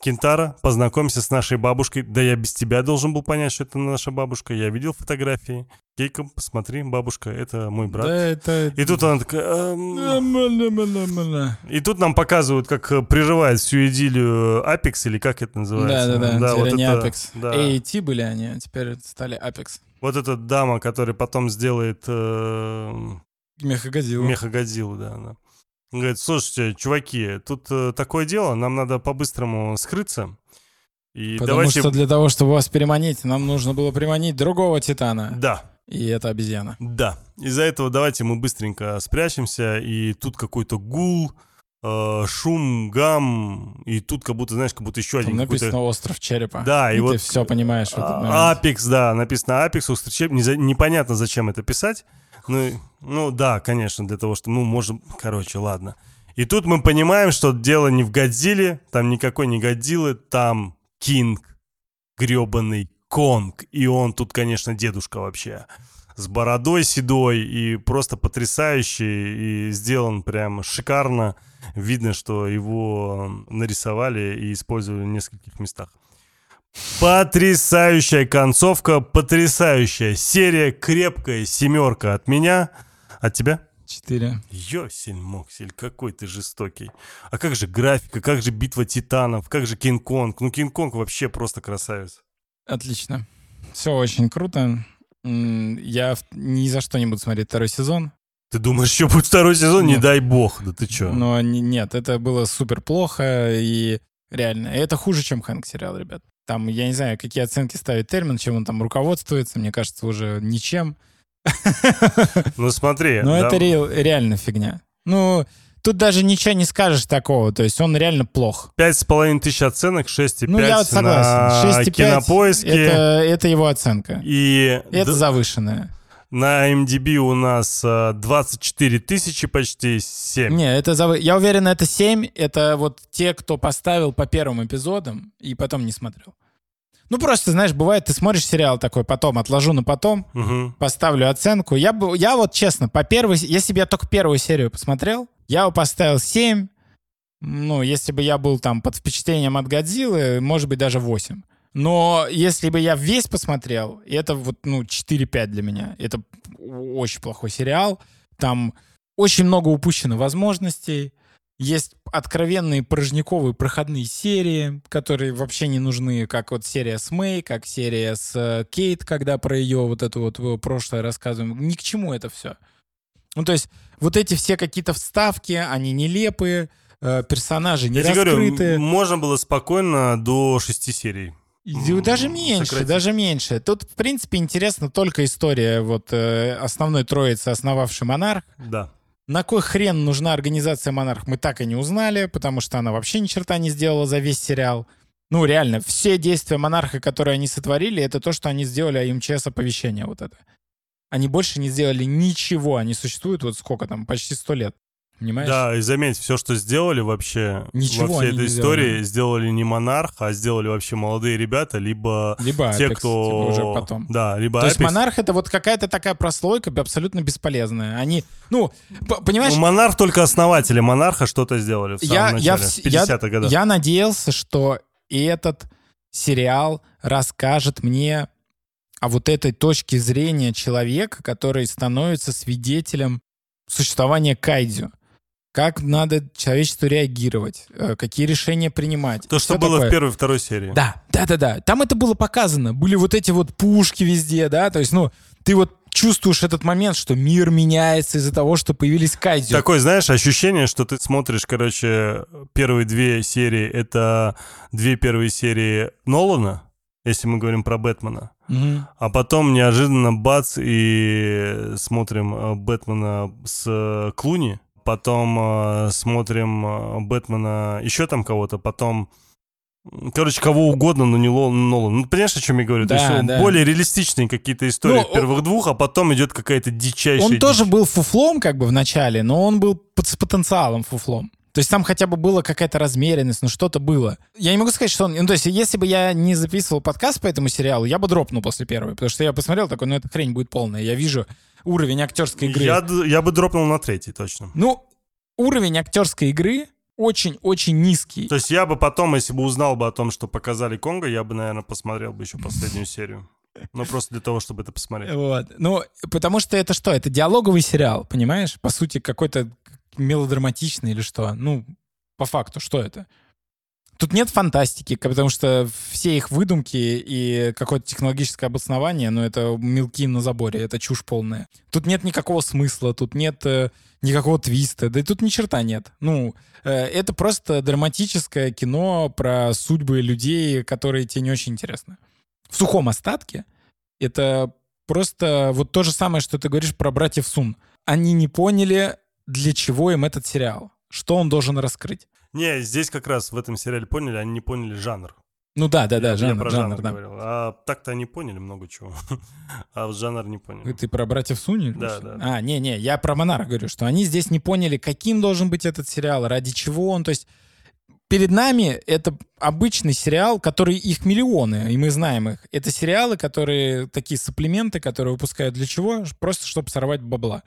Кентара. Познакомься с нашей бабушкой. Да я без тебя должен был понять, что это наша бабушка. Я видел фотографии. Кейка, посмотри, бабушка, это мой брат.
Да, это...
И тут она такая... «Эм».
Да-да-да.
И тут нам показывают, как э, прерывает всю идилию Апекс, или как это называется?
теперь
вот
они
это-
Apex.
да.
AT были они, а теперь стали Apex.
Вот эта дама, которая потом сделает э,
Мехагодил.
Мехагодзиллу, да, она. Он говорит, слушайте, чуваки, тут э, такое дело, нам надо по-быстрому скрыться. И
Потому
давайте...
что для того, чтобы вас переманить, нам нужно было приманить другого Титана.
Да,
И это обезьяна.
да. Из-за этого давайте мы быстренько спрячемся, и тут какой-то гул, э, шум, гам, и тут как будто, знаешь, как будто еще
Там
один какой-то...
написано «Остров черепа».
Да, и,
И
вот...
ты все понимаешь. в этот
а,
момент.
Апекс, да, написано Апекс, острый череп. Не за- непонятно, зачем это писать. Ну, ну да, конечно, для того, что, ну, можно, короче, ладно. И тут мы понимаем, что дело не в Годзилле, там никакой не Годзиллы, там Кинг, гребаный Конг. И он тут, конечно, дедушка вообще. С бородой седой и просто потрясающий, и сделан прям шикарно. Видно, что его э, нарисовали и использовали в нескольких местах. Потрясающая концовка, потрясающая серия, крепкая семерка от меня. От тебя?
Четыре.
Йосель Моксель, какой ты жестокий. А как же графика, как же битва титанов, как же Кинг-Конг? Ну, Кинг-Конг вообще просто красавец.
Отлично. Все очень круто. М, Я в- ни за что не буду смотреть второй сезон.
Ты думаешь, еще будет второй сезон? Не
Нет. Ну.
дай бог. Да ты чё?
Но не- нет, это было супер плохо и реально. Это хуже, чем Хэнк сериал, ребят. Там, я не знаю, какие оценки ставит термин, чем он там руководствуется, мне кажется, уже ничем.
Ну, смотри.
Но
да,
это ре- реально фигня. Ну, тут даже ничего не скажешь такого, то есть он реально плох.
Пять с половиной тысяч оценок, 6,5
Ну, я вот согласен.
на
6,5
кинопоиске.
это, это его оценка.
И
Это
д-
завышенная.
на MDB у нас э, 24 тысячи почти, 7.
Не, это завы- Я уверен, это 7. Это вот те, кто поставил по первым эпизодам и потом не смотрел. Ну, просто, знаешь, бывает, ты смотришь сериал такой, потом отложу на потом,
Мгм.
поставлю оценку. Я, бы, я вот честно, по первой, с- если бы я только первую серию посмотрел, я бы поставил 7. Ну, если бы я был там под впечатлением от Годзиллы, может быть, даже 8. Но если бы я весь посмотрел, это вот, ну, 4-5 для меня. Это очень плохой сериал. Там очень много упущено возможностей. Есть откровенные порожниковые проходные серии, которые вообще не нужны, как вот серия с Мэй, как серия с э, Кейт, когда про ее вот это вот э, прошлое рассказываем. Ни к чему это все. Ну, то есть вот эти все какие-то вставки, они нелепые, э, персонажи не
Я тебе говорю,
раскрытые.
м- можно было спокойно до шести серий.
И
М,
даже меньше,
сократить.
даже меньше. Тут, в принципе, интересна только история вот э, основной троицы, основавшей монарх.
Да.
На кой хрен нужна организация «Монарх» мы так и не узнали, потому что она вообще ни черта не сделала за весь сериал. Ну, реально, все действия «Монарха», которые они сотворили, это то, что они сделали а МЧС оповещение вот это. Они больше не сделали ничего, они существуют вот сколько там, почти сто лет. Понимаешь?
Да, и заметь, все, что сделали вообще
Ничего
во всей
они
этой
не
истории,
сделали.
сделали не монарх, а сделали вообще молодые ребята, либо
Либо
те,
Apex,
кто...
типа, уже потом.
Да, либо
То есть
Apex.
монарх это вот какая-то такая прослойка абсолютно бесполезная. Они, ну, п-
Ну,
понимаешь,
монарх только основатели монарха что-то сделали в самом
я,
начале,
я,
в
вс-
50-х
я,
годах.
я надеялся, что и этот сериал расскажет мне о вот этой точке зрения человека, который становится свидетелем существования кайдзю. Как надо человечеству реагировать, э, какие решения принимать.
То,
и
что
всё
было
такое.
в первой и второй серии.
Да, да, да, да. Там это было показано. Были вот эти вот пушки везде, да. То есть, ну, ты вот чувствуешь этот момент, что мир меняется из-за того, что появились кайдзю.
Такое, знаешь, ощущение, что ты смотришь, короче, первые две серии, это две первые серии Нолана, если мы говорим про Бэтмена.
Мгм.
А потом неожиданно бац и смотрим э, Бэтмена с э, Клуни. Потом э, смотрим э, Бэтмена еще там кого-то. Потом, м, короче, кого угодно, но не Ло- Нолан. Ну, понимаешь, о чем я говорю?
Да,
То есть э,
да.
более реалистичные какие-то истории
Ну,
в первых двух, а потом идет какая-то дичайшая
Он
дичь.
тоже был фуфлом, как бы в начале, но он был под- с потенциалом фуфлом. То есть там хотя бы была какая-то размеренность, ну что-то было. Я не могу сказать, что он... Ну, то есть если бы я не записывал подкаст по этому сериалу, я бы дропнул после первой, потому что я посмотрел такой, ну, эта хрень будет полная. Я вижу уровень актерской игры.
Я, д- я бы дропнул на третий точно.
Ну, уровень актерской игры очень-очень низкий.
То есть я бы потом, если бы узнал бы о том, что показали Конго, я бы, наверное, посмотрел бы еще последнюю серию. Ну, просто для того, чтобы это посмотреть.
Вот. Ну, потому что это что? Это диалоговый сериал, понимаешь? По сути, какой-то мелодраматичный или что? Ну, по факту, что это? Тут нет фантастики, к- потому что все их выдумки и какое-то технологическое обоснование, ну, это мелки на заборе, это чушь полная. Тут нет никакого смысла, тут нет э, никакого твиста, да и тут ни черта нет. Ну, э, это просто драматическое кино про судьбы людей, которые тебе не очень интересны. В сухом остатке это просто вот то же самое, что ты говоришь про братьев Сун. Они не поняли, для чего им этот сериал, что он должен раскрыть.
Не, здесь как раз в этом сериале поняли, они не поняли жанр.
Ну да, да, да,
Я
жанр,
про
жанр, да.
говорил. А так-то они поняли много чего. А вот жанр не поняли.
Ты про братьев Сун? или
Да,
что?
да.
А, не-не, я про Монарх говорю, что они здесь не поняли, каким должен быть этот сериал, ради чего он. То есть перед нами это обычный сериал, который их миллионы, и мы знаем их. Это сериалы, которые такие саплименты, которые выпускают для чего? Просто чтобы сорвать бабла.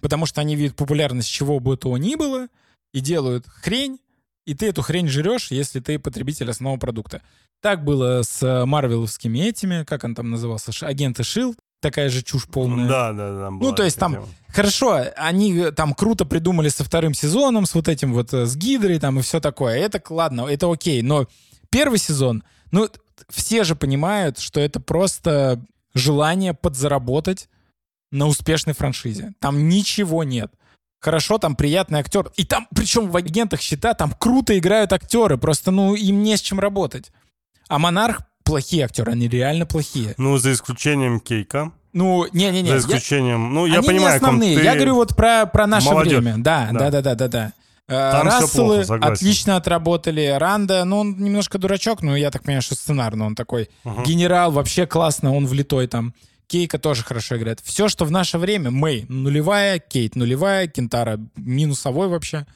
Потому что они видят популярность чего бы то ни было и делают хрень, и ты эту хрень жрешь, если ты потребитель основного продукта. Так было с э, марвеловскими этими, как он там назывался, Ш- агенты Шил, такая же чушь полная. Ну,
Да, да, да. там была
то есть
эта
там
тема.
Хорошо, они э, там круто придумали со вторым сезоном, с вот этим вот, э, с Гидрой там и все такое. Это, к- ладно, это окей, но первый сезон, ну, т- все же понимают, что это просто желание подзаработать на успешной франшизе. Там ничего нет. Хорошо, там приятный актер. И там, причем в агентах счета, там круто играют актеры, просто, ну, им не с чем работать. А Монарх плохие актеры, они реально плохие.
Ну, за исключением Кейка.
Ну, не-не-не,
За
я-
исключением... Ну, я
они
понимаю,
не
о ком
основные.
ты.
Я говорю вот про, про наше
Молодежь.
время. Да,
Да.
да, да, да, да, да. Э,
Там всё
Расселы
плохо, согласен.
отлично отработали. Ранда, ну, он немножко дурачок, но я так понимаю, что сценарно он такой.
Мгм.
Генерал вообще классно, он влитой там. Кейка тоже хорошо играет. Все, что в наше время, Мэй нулевая, Кейт нулевая, Кентара минусовой вообще.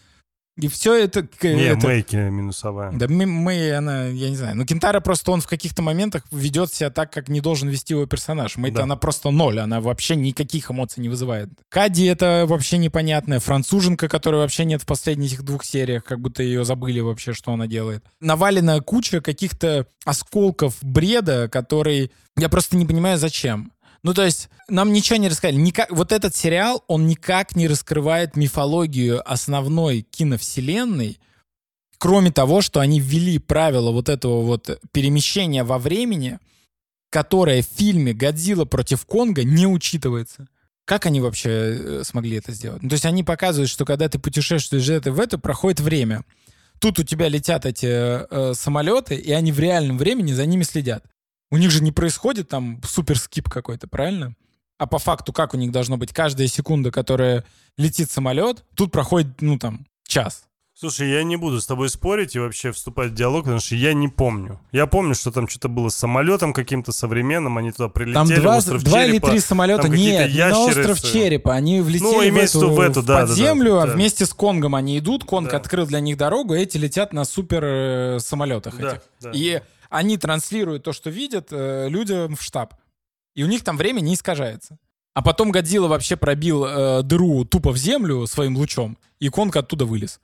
И все это... к-
Не,
это-
Мэйки минусовая.
да мы, мы, она, я не знаю. Ну, Кентара просто он в каких-то моментах ведет себя так, как не должен вести его персонаж. Мы-то
Да.
она просто ноль, она вообще никаких эмоций не вызывает. Кади это вообще непонятная француженка, которой вообще нет в последних этих двух сериях, как будто ее забыли вообще, что она делает. Навалена куча каких-то осколков бреда, который я просто не понимаю, зачем. Ну, то есть, нам ничего не рассказали. Никак, вот этот сериал, он никак не раскрывает мифологию основной киновселенной, кроме того, что они ввели правила вот этого вот перемещения во времени, которое в фильме «Годзилла против Конга» не учитывается. Как они вообще э, смогли это сделать? Ну, то есть они показывают, что когда ты путешествуешь из этой в эту, проходит время. Тут у тебя летят эти э, самолеты, и они в реальном времени за ними следят. У них же не происходит там суперскип какой-то, правильно? А по факту как у них должно быть? Каждая секунда, которая летит самолет, тут проходит, ну там, час.
Слушай, я не буду с тобой спорить и вообще вступать в диалог, потому что я не помню. Я помню, что там что-то было с самолетом каким-то современным, они туда прилетели,
Там два,
в остров
два или
Черепа.
три самолета.
там какие-то
Нет, не на
ящерицы.
остров Черепа. Они влетели
Ну,
в
имеется в
эту,
виду в эту, да, да, да,
подземлю, а
да.
вместе с Конгом они идут. Конг
Да.
открыл для них дорогу, эти летят на супер э, самолетах
Да,
этих.
да.
И они транслируют то, что видят э, людям в штаб. И у них там время не искажается. А потом Годзилла вообще пробил э, дыру тупо в землю своим лучом, и Конг оттуда вылез.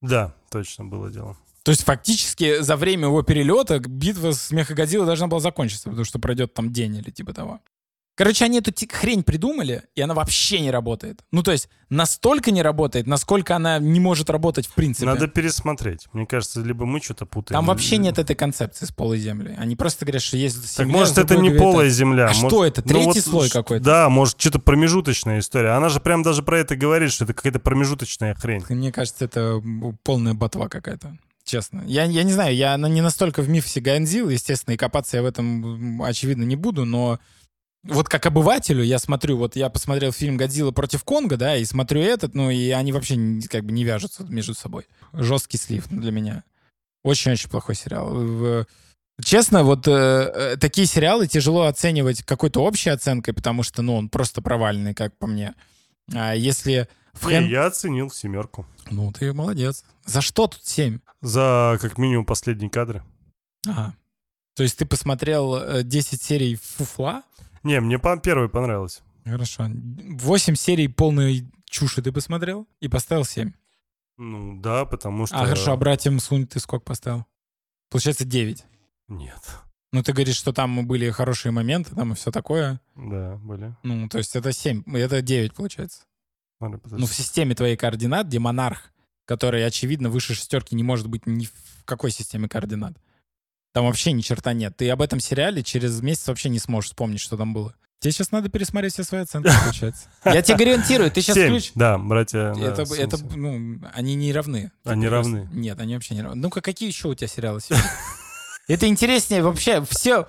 Да, точно было дело.
То есть фактически за время его перелета битва с Мехагодзиллой должна была закончиться, потому что пройдет там день или типа того. Короче, они эту ти- хрень придумали, и она вообще не работает. Ну, то есть настолько не работает, насколько она не может работать в принципе.
Надо пересмотреть. Мне кажется, либо мы что-то путаем.
Там вообще
либо-
нет этой концепции с полой земли. Они просто говорят, что есть
Так
земля,
может
за
это
Бога
не
говорит,
полая земля.
А
может-
что это?
ну
Третий
вот
слой
ш-
какой-то?
Да, может что-то промежуточная история. Она же прям даже про это говорит, что это какая-то промежуточная хрень.
Мне кажется, это полная ботва какая-то. Честно. Я, я не знаю, я на- не настолько в мифе Ганзил, естественно, и копаться я в этом, м, очевидно, не буду, но вот как обывателю я смотрю, вот я посмотрел фильм «Годзилла против Конга», да, и смотрю этот, ну и они вообще н- как бы не вяжутся между собой. Жесткий слив для меня. Очень-очень плохой сериал. В- Честно, вот э, э, такие сериалы тяжело оценивать какой-то общей оценкой, потому что, ну, он просто провальный, как по мне. А если в
Не,
хэн-
я оценил семерку.
ну, ты молодец. За что тут 7?
За как минимум последние кадры.
Ага. То есть ты посмотрел э, 10 серий фуфла?
Не, мне по первой понравилось.
Хорошо. 8 серий полной чуши ты посмотрел и поставил 7.
Ну да, потому что...
А, хорошо, а братьям Сунь ты сколько поставил? Получается 9.
Нет.
Ну, ты говоришь, что там были хорошие моменты, там и все такое.
Да, были.
Ну, то есть это 7, это 9 получается.
Смотри, подожди.
Ну, в системе твоих координат, где монарх, который, очевидно, выше шестерки не может быть ни в какой системе координат. Там вообще ни черта нет. Ты об этом сериале через месяц вообще не сможешь вспомнить, что там было. Тебе сейчас надо пересмотреть все свои оценки, получается. Я тебе гарантирую, ты сейчас
Семь,
ключ...
Да, братья... да,
Это,
Симпсоны.
это, ну, они не равны. Ты
Они
просто-
равны.
Нет, они вообще не равны. Ну-ка, какие еще у тебя сериалы сегодня? Это интереснее вообще. Все,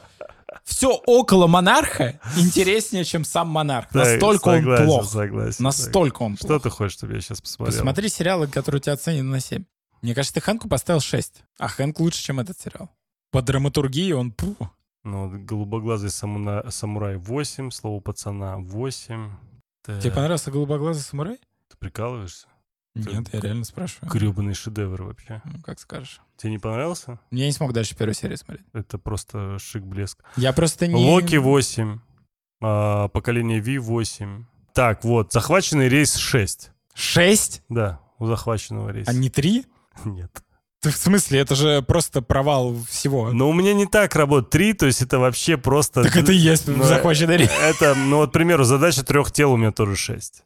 все около монарха интереснее, чем сам монарх.
Да,
Настолько он
согласен,
плох.
Согласен.
Настолько он
Что
плох.
ты хочешь, чтобы я сейчас посмотрел?
Посмотри сериалы, которые у тебя оценены на 7. Мне кажется, ты Хэнку поставил 6. А Хэнк лучше, чем этот сериал. По драматургии он... пу.
Ну, вот голубоглазый самуна- самурай 8, слово пацана 8. Ты,
Тебе понравился «Голубоглазый самурай»?
ты прикалываешься?
Нет, я реально спрашиваю.
Гребаный шедевр вообще.
Ну, как скажешь.
Тебе не понравился?
Я не смог дальше первую серию смотреть.
Это просто шик-блеск.
Я просто не...
Локи 8, а, поколение Ви 8. Так, вот, захваченный рейс 6.
6?
Да, у захваченного рейса.
А не 3?
Нет.
Ты в смысле? Это же просто провал всего.
Но у меня не так работает 3, то есть это вообще просто...
так это и есть
ну,
захваченный рейс.
Это, ну вот, к примеру, задача трех тел у меня тоже 6.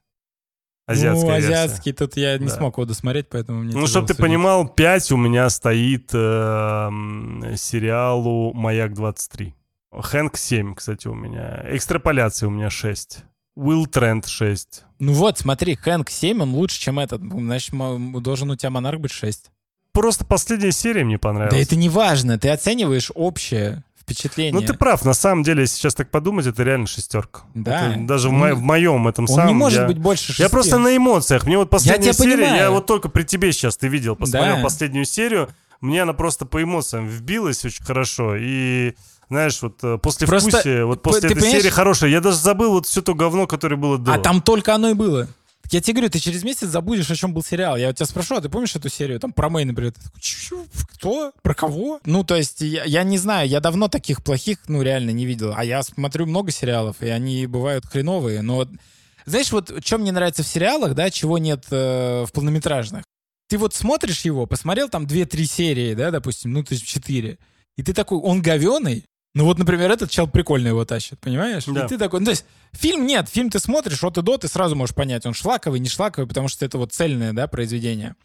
Азиатская
ну,
версия.
азиатский тут я не
Да.
смог его досмотреть, поэтому мне
Ну, чтобы ты понимал, 5 у меня стоит э, м, сериалу «Маяк-23». «Хэнк» 7, кстати, у меня. «Экстраполяция» у меня 6. «Уилл Тренд» 6.
Ну вот, смотри, Хэнк 7, он лучше, чем этот. Значит, м- должен у тебя монарх быть 6.
Просто последняя серия мне понравилась.
Да это не важно, ты оцениваешь общее впечатление.
Ну, ты прав, на самом деле, если сейчас так подумать, это реально шестерка.
Да.
Это даже в,
Ну,
мо- в моем этом
Он
самом...
не может
я-
быть больше шести.
Я просто на эмоциях. Мне вот последняя
тебя
серия, я
понимаю.
вот только при тебе сейчас ты видел, посмотрел
Да.
последнюю серию, мне она просто по эмоциям вбилась очень хорошо. И знаешь, вот э, после
Просто,
вкусия, вот после
ты
этой
понимаешь-
серии хорошая. Я даже забыл вот все то говно, которое было до.
А там только оно и было. Так я тебе говорю, ты через месяц забудешь, о чем был сериал. Я у тебя спрошу, а ты помнишь эту серию? Там про Мэй, например. Ты такой, «Чё? Кто? Про кого? Ну, то есть, я, я не знаю, я давно таких плохих, ну, реально не видел. А я смотрю много сериалов, и они бывают хреновые. Но, вот- знаешь, вот что мне нравится в сериалах, да, чего нет э, в полнометражных. Ты вот смотришь его, посмотрел там 2-3 серии, да, допустим, ну, то есть 4. И ты такой, он говеный, Ну вот, например, этот чел прикольно его тащит, понимаешь?
Да.
И ты такой, ну то есть фильм нет, фильм ты смотришь от и до, ты сразу можешь понять, он шлаковый, не шлаковый, потому что это вот цельное, да, произведение.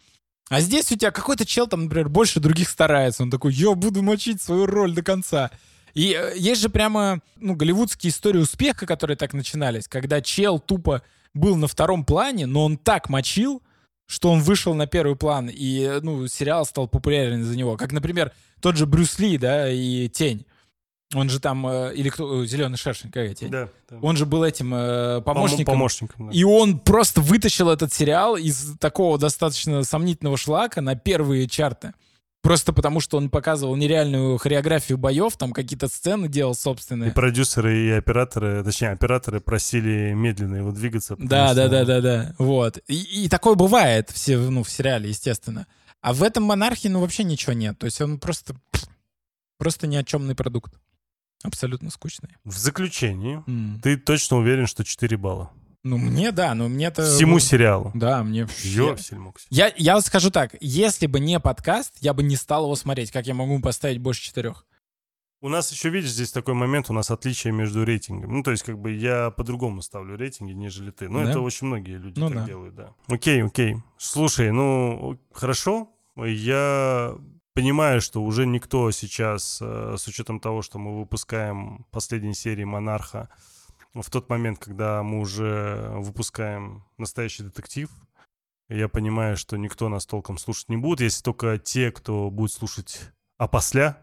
А здесь у тебя какой-то чел там, например, больше других старается, он такой, я буду мочить свою роль до конца. И э, есть же прямо, ну, голливудские истории успеха, которые так начинались, когда чел тупо был на втором плане, но он так мочил, что он вышел на первый план, и, э, ну, сериал стал популярен из-за него. Как, например, тот же Брюс Ли, да, и «Тень». Он же там, э, или кто, э, «Зеленый шершень», какая «Тень»?
Да, да.
Он же был этим э,
Помо-
помощником.
помощником, да.
И он просто вытащил этот сериал из такого достаточно сомнительного шлака на первые чарты. Просто потому, что он показывал нереальную хореографию боев, там какие-то сцены делал
И
собственные.
продюсеры, и операторы, точнее, операторы просили медленно его двигаться. потому
Да,
что-
да, да, да, да. Вот. И, и такое бывает все, ну, в сериале, естественно. А в этом монархии, ну, вообще ничего нет. То есть он просто, просто ни о чемный продукт. Абсолютно скучный.
В заключении,
М.
ты точно уверен, что 4 балла.
Ну, мне, да, но мне-то...
Всему сериалу.
Да, мне... вообще-
Ёпсель Муксель.
Я, я вот скажу так, если бы не подкаст, я бы не стал его смотреть. Как я могу поставить больше четырех?
У нас еще, видишь, здесь такой момент, у нас отличие между рейтингом. Ну, то есть, как бы я по-другому ставлю рейтинги, нежели ты. Ну,
Да?
это очень многие люди
Ну
так
да.
делают, да. Окей, окей. Слушай, ну, о- хорошо. Я понимаю, что уже никто сейчас, э, с учетом того, что мы выпускаем последние серии «Монарха», в тот момент, когда мы уже выпускаем «Настоящий детектив», я понимаю, что никто нас толком слушать не будет, если только те, кто будет слушать «Опосля»,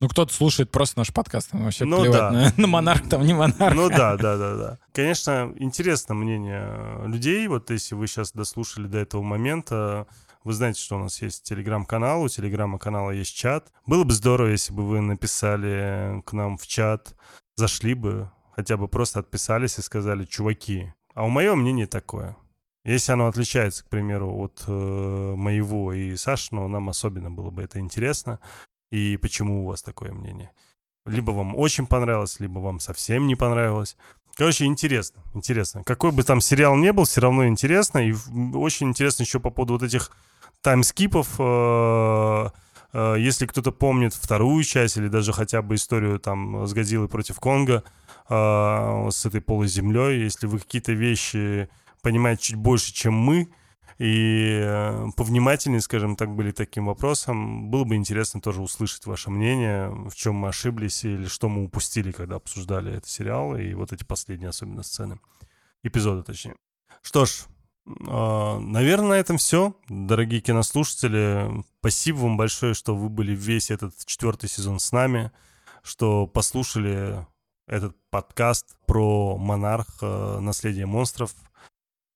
Ну, кто-то слушает просто наш подкаст, ему вообще
Ну
плевать
да.
на, на монарх, там не монарх.
Ну да, да, да, да. Конечно, интересно мнение э, людей. Вот если вы сейчас дослушали до этого момента, вы знаете, что у нас есть телеграм-канал, у телеграма-канала есть чат. Было бы здорово, если бы вы написали э, к нам в чат, зашли бы, хотя бы просто отписались и сказали, чуваки, а у мое мнение такое. Если оно отличается, к примеру, от э, моего и Сашиного, нам особенно было бы это интересно. И почему у вас такое мнение? Либо вам очень понравилось, либо вам совсем не понравилось. Короче, интересно, интересно. Какой бы там сериал не был, все равно интересно. И в- очень интересно еще по поводу вот этих таймскипов. э, э, Если кто-то помнит вторую часть или даже хотя бы историю там с Годзиллой против Конга, э, с этой полой землей, если вы какие-то вещи понимаете чуть больше, чем мы, и э, повнимательнее, скажем так, были таким вопросом. Было бы интересно тоже услышать ваше мнение, в чем мы ошиблись или что мы упустили, когда обсуждали этот сериал и вот эти последние особенно сцены. Эпизоды, точнее. Что ж, э, наверное, на этом все. Дорогие кинослушатели, спасибо вам большое, что вы были весь этот четвертый сезон с нами, что послушали этот подкаст про монарх, э, наследие монстров.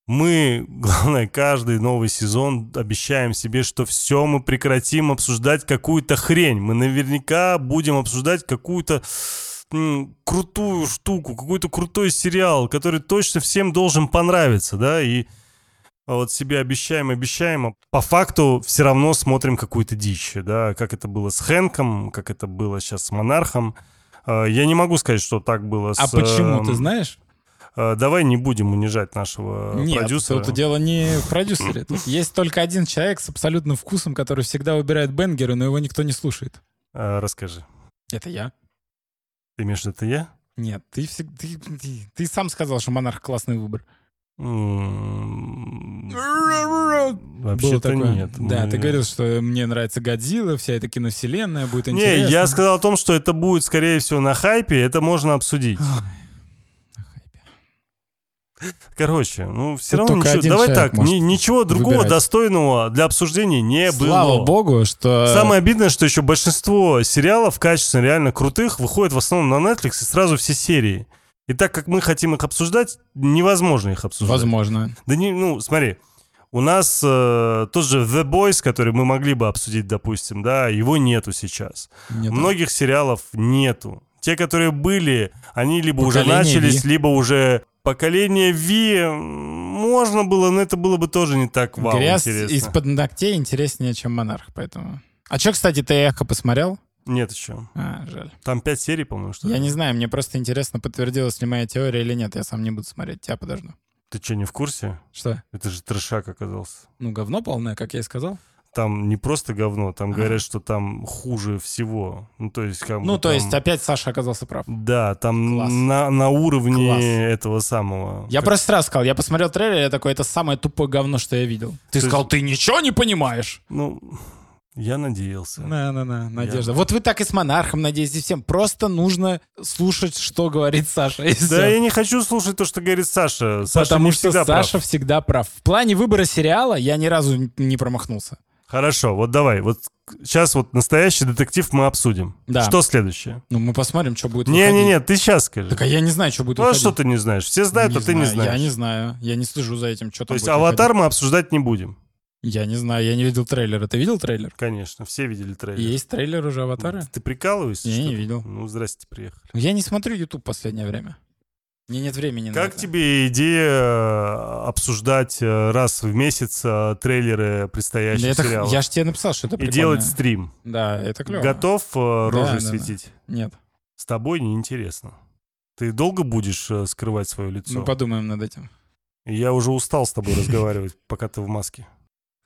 Мы, главное, каждый новый сезон обещаем себе, что все, мы прекратим обсуждать какую-то хрень. Мы наверняка будем обсуждать какую-то м, крутую штуку, какой-то крутой сериал, который точно всем должен понравиться, да, и вот себе обещаем, обещаем, а по факту все равно смотрим какую-то дичь, да, как это было с Хэнком, как это было сейчас с Монархом. Э, Я не могу сказать, что так было с...
А почему, ты
эм,
знаешь?
Э, Давай не будем унижать нашего
Нет,
продюсера.
тут дело не в продюсере. Тут есть только один человек с абсолютным вкусом, который всегда выбирает бенгеры, но его никто не слушает.
Э, Расскажи.
Это я.
Ты имеешь в виду, это я?
Нет, ты, всег- ты, ты- ты сам сказал, что монарх классный выбор.
М,
Было
Вообще-то
такое.
нет.
Да,
Мы-
ты говорил, что мне нравится Годзилла, вся эта киновселенная, будет
Не,
интересно.
я сказал о том, что это будет, скорее всего, на хайпе, это можно обсудить. Короче, ну все
Тут
равно
только
ничего.
один
Давай так,
человек
ни-
может
ничего другого
выбирать.
достойного для обсуждения не
Слава
было.
богу, что...
Самое обидное, что еще большинство сериалов качественно реально крутых выходит в основном на Netflix и сразу все серии. И так как мы хотим их обсуждать, невозможно их обсуждать.
Возможно.
Да не, ну, смотри, у нас э, тот же The Boys, который мы могли бы обсудить, допустим, да, его нету сейчас.
Нет.
Многих сериалов нету. Те, которые были, они либо уже
Поколение
начались, либо уже поколение Ви м, можно было, но это было бы тоже не так вау
Грязь
интересно.
из-под ногтей интереснее, чем монарх, поэтому... А чё, кстати, ты эхо посмотрел?
Нет еще.
А, жаль.
Там пять серий, по-моему, что ли?
Я не знаю, мне просто интересно, подтвердилась ли моя теория или нет. Я сам не буду смотреть, тебя подожду.
Ты что, не в курсе?
Что?
Это же трешак оказался.
Ну, говно полное, как я и сказал.
там не просто говно, там
Ага.
говорят, что там хуже всего. Ну, то есть, как
Ну,
бы
то
там-
есть опять Саша оказался прав.
Да, там
Класс.
на, на уровне
Класс.
этого самого.
Я
Как-
просто сразу сказал, я посмотрел трейлер, я такой, это самое тупое говно, что я видел. Ты
есть-
сказал, ты ничего не понимаешь.
Ну, я надеялся.
На-на-на, Надежда. Вот вы так и с монархом надеетесь всем. Просто нужно слушать, что говорит Саша. и всё.
Да, я не хочу слушать то, что говорит Саша. Саша
Потому
не
что
всегда прав.
Саша всегда прав. В плане выбора сериала я ни разу н- не промахнулся.
Хорошо, вот давай. Вот сейчас вот настоящий детектив мы обсудим.
Да.
Что следующее?
Ну, мы посмотрим, что будет выходить.
Не-не-не, ты сейчас скажи.
Так а я не знаю, что будет
ну, а
выходить.
что ты не знаешь? Все знают,
Не
а ты не
знаю,
знаешь.
Я не знаю. Я не слежу за этим, что
То
там
есть
будет
аватар мы обсуждать не будем.
выходить. Я не знаю, я не видел трейлера. Ты видел трейлер?
Конечно, все видели трейлер. Ну,
Есть трейлер уже аватара?
Ты прикалываешься?
Я
что
не
ли?
видел.
Ну, здрасте, приехали.
Я не смотрю YouTube последнее время. Мне нет времени на
Как
это.
тебе идея э, обсуждать э, раз в месяц э, трейлеры
Да
предстоящих
это х-
сериалов?
Я же тебе написал, что это
И
прикольно.
делать стрим.
Да, это клево.
Готов э, рожей
да, да.
светить?
Нет.
С тобой неинтересно. Ты долго будешь э, скрывать свое лицо?
Мы подумаем над этим.
И Я уже устал с тобой разговаривать, пока ты в маске.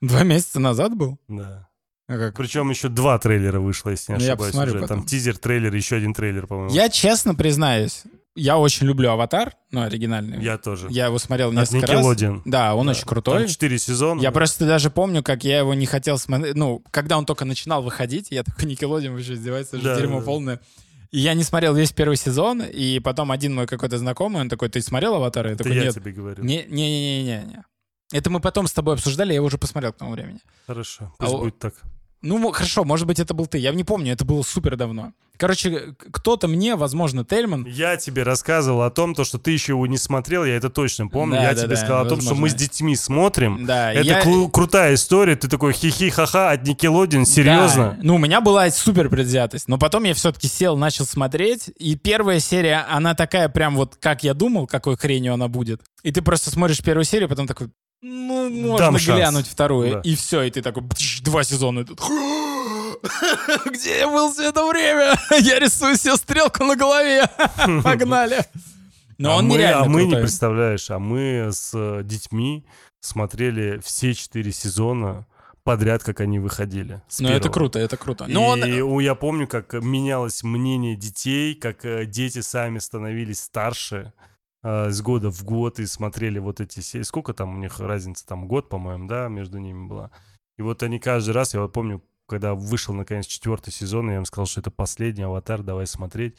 Два месяца назад был?
Да.
А как?
Причем еще два трейлера вышло, если не
Ну, я
ошибаюсь.
посмотрю
уже. Там
потом.
тизер, трейлер, еще один трейлер, по-моему.
Я честно признаюсь, я очень люблю «Аватар», ну, оригинальный.
Я тоже.
Я его смотрел
От
несколько раз.
Nickelodeon.
Да, он очень
Там
крутой.
четыре сезона.
Я просто даже помню, как я его не хотел смотреть. Ну, когда он только начинал выходить, я такой Никелодин вообще издевается, это же
Да,
дерьмо
да, да.
полное. И я не смотрел весь первый сезон, и потом один мой какой-то знакомый, он такой, ты смотрел «Аватара»? Я
Это
такой,
я
нет.
тебе говорю.
Не-не-не-не-не. Это мы потом с тобой обсуждали, я его уже посмотрел к тому времени.
Хорошо,
А
пусть
у-
будет так.
Ну, мо- хорошо, может быть, это был ты. Я не помню, это было супер давно. Короче, к- кто-то мне, возможно, Тельман...
Я тебе рассказывал о том, то, что ты еще его не смотрел, я это точно помню.
Да,
я
да,
тебе
да,
сказал о том, что мы с
возможно.
детьми смотрим.
Да,
Это
я-
кру- крутая история. Ты такой хихи ха-ха от Nickelodeon, серьезно?
Да. Ну, у меня была супер предвзятость. Но потом я все-таки сел, начал смотреть. И первая серия, она такая прям вот, как я думал, какой хренью она будет. И ты просто смотришь первую серию, потом такой, ну, можно
Дам шанс.
глянуть вторую.
Да.
И все, и ты такой, «Пш, два сезона. И тут, Где я был все это время? Я рисую себе стрелку на голове. Погнали. Но
а
он
мы,
нереально
а мы не
крутой.
представляешь, а мы с э, детьми смотрели все четыре сезона подряд, как они выходили. с
Ну, это
первого.
круто, это круто.
И
Но он...
у- я помню, как менялось мнение детей, как э, дети сами становились старше э, с года в год и смотрели вот эти серии. Сколько там у них разница? Там год, по-моему, да, между ними была. И вот они каждый раз, я вот помню, когда вышел наконец четвертый сезон, я им сказал, что это последний аватар, давай смотреть.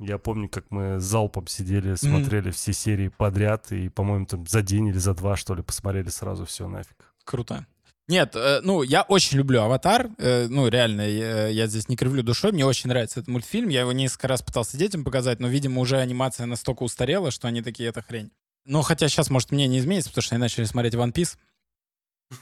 Я помню, как мы залпом сидели, смотрели все серии подряд, и, по-моему, там за день или за два, что ли, посмотрели сразу все нафиг.
Круто. Нет, э, ну, я очень люблю «Аватар». э, ну, реально, я, я здесь не кривлю душой. Мне очень нравится этот мультфильм. Я его несколько раз пытался детям показать, но, видимо, уже анимация настолько устарела, что они такие, это хрень. Ну, хотя сейчас, может, мне не изменится, потому что они начали смотреть One Piece.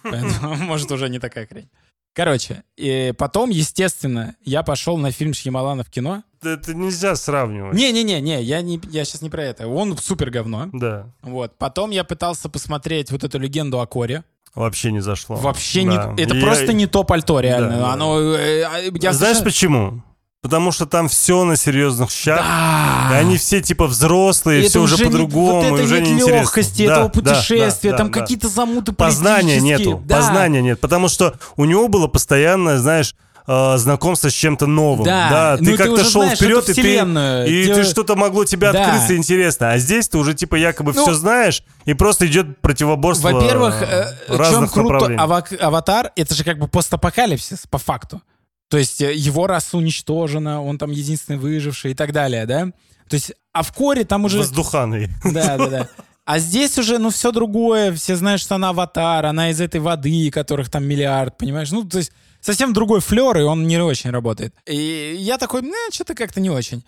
Поэтому, может, уже не такая хрень. Короче, и потом, естественно, я пошел на фильм Шьямалана в кино.
Это нельзя сравнивать.
Не-не-не-не, я, не, я сейчас не про это. Он супер говно.
Да,
Вот. Потом я пытался посмотреть вот эту легенду о Коре.
вообще не зашло.
Вообще
Типа, Да.
не... Это
Я-
просто не то пальто, реально.
Да, да.
Оно... э, а, я
Знаешь
совершенно-
почему? Потому что там все на серьезных щах.
Да.
И они все типа взрослые,
Это
все уже,
не-
по-другому,
вот
и
это
уже
нет
не интересно.
легкости
Да,
этого
да, да,
путешествия,
да,
там
да.
какие-то замуты
Познания
политические.
нету,
Да.
познания нет, потому что у него было постоянно, знаешь, э, знакомство с чем-то новым.
Да.
Да,
Ну,
ты
ты
как-то
уже
шел
знаешь
вперед,
эту
и ты,
вселенную,
и
те-
ты что-то могло тебя
Да.
открыться интересно. А здесь ты уже типа якобы
Ну,
все знаешь, и просто идет противоборство
Во-первых,
э,
э, чем
разных
круто
направлений.
ава- «Аватар», это же как бы постапокалипсис, по факту. То есть э, его раса уничтожена, он там единственный выживший и так далее, да? То есть, а в Коре там уже...
Воздуханы.
Да, да, да. А здесь уже, ну, все другое. Все знают, что она аватар, она из этой воды, которых там миллиард, понимаешь? Ну, то есть совсем другой флер, и он не очень работает. И я такой, ну, что-то как-то не очень.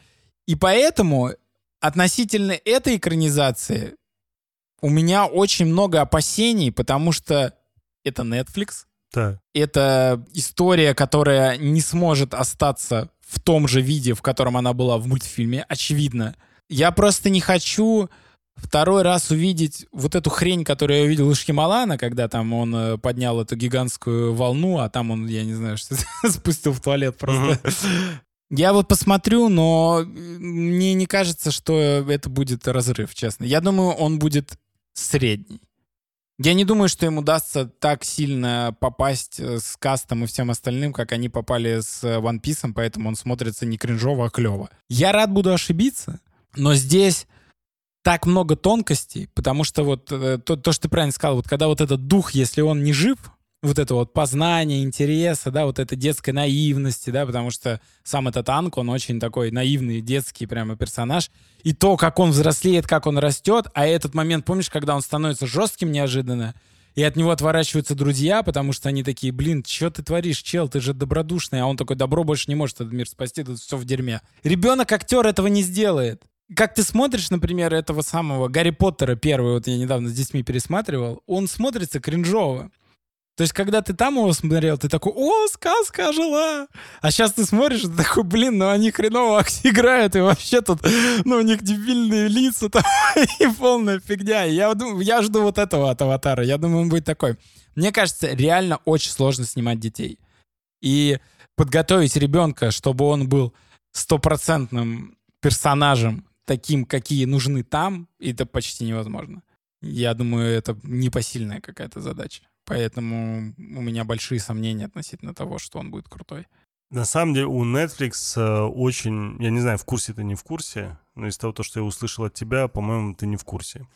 И поэтому относительно этой экранизации у меня очень много опасений, потому что это Netflix,
Да.
это история, которая не сможет остаться в том же виде, в котором она была в мультфильме, очевидно. Я просто не хочу второй раз увидеть вот эту хрень, которую я увидел у Шьямалана, когда там он э, поднял эту гигантскую волну, а там он, я не знаю, что спустил в туалет просто. Я вот посмотрю, но э, мне не кажется, что это будет разрыв, честно. Я думаю, он будет средний. Я не думаю, что им удастся так сильно попасть э, с кастом и всем остальным, как они попали с э, One Piece, поэтому он смотрится не кринжово, а клево. Я рад буду ошибиться, но здесь так много тонкостей, потому что вот э, то, то, что ты правильно сказал, вот когда вот этот дух, если он не жив, вот это вот познание интереса, да, вот этой детской наивности, да, потому что сам этот Анк, он очень такой наивный, детский прямо персонаж, и то, как он взрослеет, как он растет, а этот момент, помнишь, когда он становится жестким неожиданно, и от него отворачиваются друзья, потому что они такие, блин, что ты творишь, чел, ты же добродушный, а он такой, добро больше не может этот мир спасти, тут все в дерьме. Ребенок-актер этого не сделает. Как ты смотришь, например, этого самого Гарри Поттера первый, вот я недавно с детьми пересматривал, он смотрится кринжово. То есть, когда ты там его смотрел, ты такой, о, сказка жила. А сейчас ты смотришь, и ты такой, блин, ну они хреново играют, и вообще тут, ну у них дебильные лица там, и полная фигня. И я, думаю, я жду вот этого от «Аватара», я думаю, он будет такой. Мне кажется, реально очень сложно снимать детей. И подготовить ребенка, чтобы он был стопроцентным персонажем, таким, какие нужны там, это почти невозможно. Я думаю, это непосильная какая-то задача. Поэтому у меня большие сомнения относительно того, что он будет крутой.
На самом деле у Netflix э, очень, я не знаю, в курсе ты не в курсе, но из того, то, что я услышал от тебя, по-моему, ты не в курсе.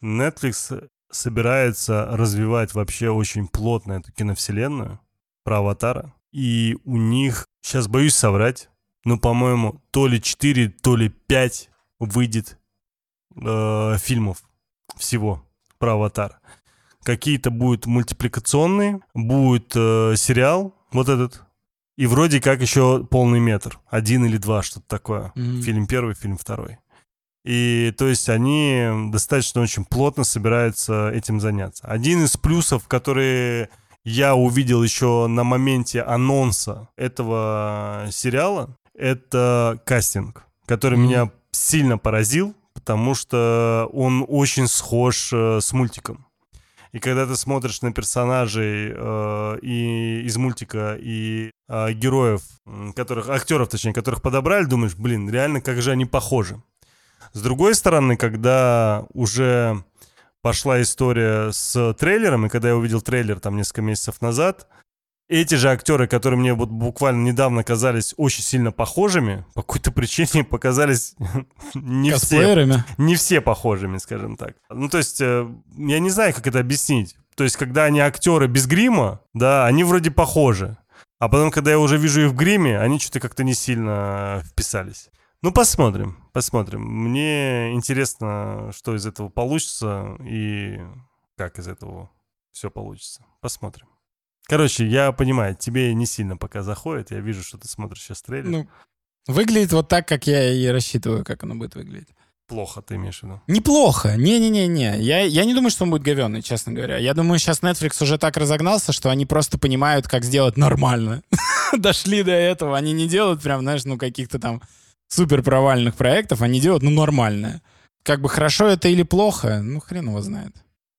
Netflix собирается развивать вообще очень плотно эту киновселенную про Аватара. И у них, сейчас боюсь соврать, но, по-моему, то ли 4, то ли 5 выйдет э, фильмов всего про Аватар какие-то будут мультипликационные, будет э, сериал вот этот, и вроде как еще полный метр, один или два, что-то такое.
Мгм.
Фильм первый, фильм второй. И то есть они достаточно очень плотно собираются этим заняться. Один из плюсов, которые я увидел еще на моменте анонса этого э, сериала, это кастинг, который
Мгм.
меня сильно поразил, потому что он очень схож э, с мультиком. И когда ты смотришь на персонажей э, и из мультика и э, героев, м, которых актеров, точнее, которых подобрали, думаешь, блин, реально, как же они похожи. С другой стороны, когда уже пошла история с трейлером, и когда я увидел трейлер там несколько месяцев назад, эти же актеры, которые мне вот буквально недавно казались очень сильно похожими, по какой-то причине показались не все
Косплеерами?
не все похожими, скажем так. Ну, то есть, э, я не знаю, как это объяснить. То есть, когда они актеры без грима, да, они вроде похожи. А потом, когда я уже вижу их в гриме, они что-то как-то не сильно вписались. Ну, посмотрим, посмотрим. Мне интересно, что из этого получится и как из этого все получится. Посмотрим. Короче, я понимаю, тебе не сильно пока заходит. Я вижу, что ты смотришь сейчас трейлер.
Ну, выглядит вот так, как я и рассчитываю, как оно будет выглядеть.
Плохо ты имеешь в виду.
Неплохо. Не-не-не-не. Я, я не думаю, что он будет говенный, честно говоря. Я думаю, сейчас Netflix уже так разогнался, что они просто понимают, как сделать нормально. Дошли до этого. Они не делают прям, знаешь, ну каких-то там супер провальных проектов. Они делают, ну, нормальное. Как бы хорошо это или плохо, ну, хрен его знает.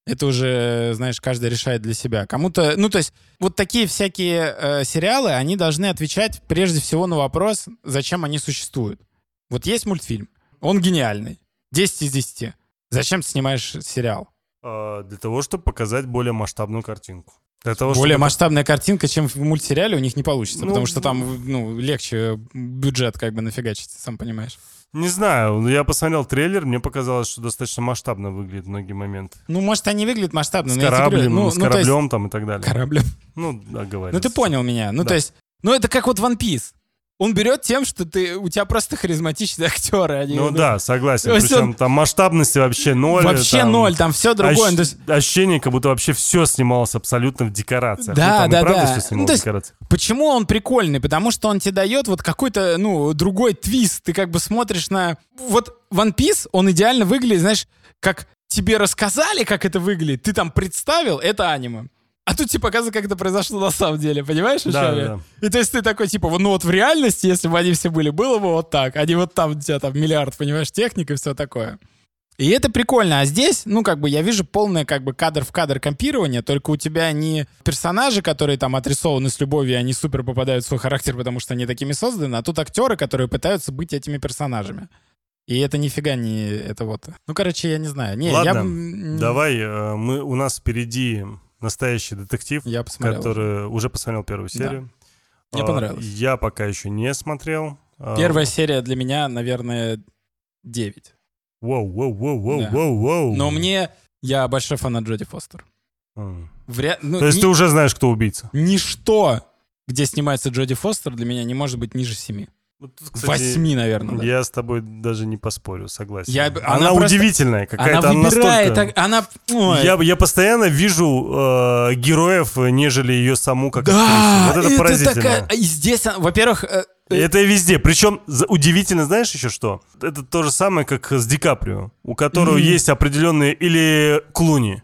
Это уже, знаешь, каждый решает для себя. Кому-то, ну, то есть, вот такие всякие э, сериалы, они должны отвечать прежде всего на вопрос, зачем они существуют. Вот есть мультфильм, он гениальный. 10 из 10. Зачем ты снимаешь сериал?
Э, Для того, чтобы показать более масштабную картинку. Для того,
Более
чтобы-
масштабная картинка, чем в мультсериале, у них не получится,
Ну,
потому что там ну, легче бюджет как бы нафигачить, ты сам понимаешь.
Не знаю, но я посмотрел трейлер, мне показалось, что достаточно масштабно выглядят многие моменты.
Ну, может, они выглядят масштабно,
С
но я тебе говорю,
кораблем,
ну,
с
ну, то есть-
кораблем там и так далее.
кораблем.
Ну, договорились.
Ну, ты понял меня. Ну,
Да.
то есть, ну, это как вот One Piece. Он берет тем, что ты, у тебя просто харизматичные актеры. Они,
Ну да, согласен.
То есть
Причем
он-
там масштабности вообще ноль.
Вообще
там А
ноль, там все другое.
ощ-
Ну, то есть,
Ощущение, как будто вообще все снималось абсолютно в декорациях.
Да,
Ну, там и
да,
правда
да.
всё снималось
Ну, то есть-
в декорациях.
Почему он прикольный? Потому что он тебе дает вот какой-то, ну, другой твист. Ты как бы смотришь на... Вот One Piece, он идеально выглядит, знаешь, как тебе рассказали, как это выглядит, ты там представил, это аниме. А тут тебе показывают, как это произошло на самом деле, понимаешь? о
Да,
чём я?
да,
И то есть ты такой, типа, вот, ну вот в реальности, если бы они все были, было бы вот так, а не вот там, у тебя там миллиард, понимаешь, техник и все такое. И это прикольно. А здесь, ну, как бы, я вижу полное, как бы, кадр в кадр компирование, только у тебя не персонажи, которые там отрисованы с любовью, и они супер попадают в свой характер, потому что они такими созданы, а тут актеры, которые пытаются быть этими персонажами. И это нифига не это вот. Ну, короче, я не знаю. Не,
Ладно,
я, б- м,
Давай, э, мы, у нас впереди настоящий детектив,
Я посмотрел.
который уже посмотрел первую серию.
Мне
А,
понравилось.
Я пока еще не смотрел. А,
Первая серия для меня, наверное, 9.
Воу, воу, воу, воу,
Да.
воу, воу.
Но мне... Я большой фанат Джоди Фостер.
М.
Вря- ну,
То есть
ни-
ты уже знаешь, кто убийца?
Ничто, где снимается Джоди Фостер, для меня не может быть ниже 7.
Вот тут, кстати,
8, наверное. ну да.
Я с тобой даже не поспорю, согласен.
Я б-
Она,
она просто-
удивительная какая-то.
Она выбирает...
настолько-
так- Она... Ой,
Я, я постоянно вижу э, героев, э, нежели ее саму как
Да,
актрису. Вот это, поразительно.
такая- а И здесь, она- во-первых, э,
И Это и везде. Причем за- удивительно, знаешь еще что? Это то же самое, как с Ди Каприо, у которого
Мгм.
есть определенные... Или Клуни.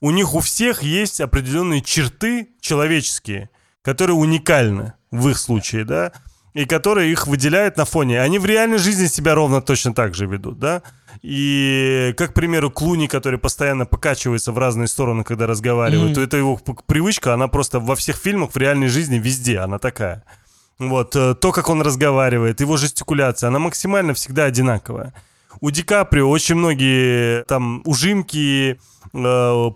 У них у всех есть определенные черты человеческие, которые уникальны в их случае, да? И которые их выделяют на фоне. Они в реальной жизни себя ровно точно так же ведут, да? И, как, к примеру, Клуни, который постоянно покачивается в разные стороны, когда разговаривает,
Мгм.
это его п- привычка, она просто во всех фильмах, в реальной жизни, везде она такая. Вот, э, то, как он разговаривает, его жестикуляция, она максимально всегда одинаковая. У Ди Каприо очень многие там ужимки, э,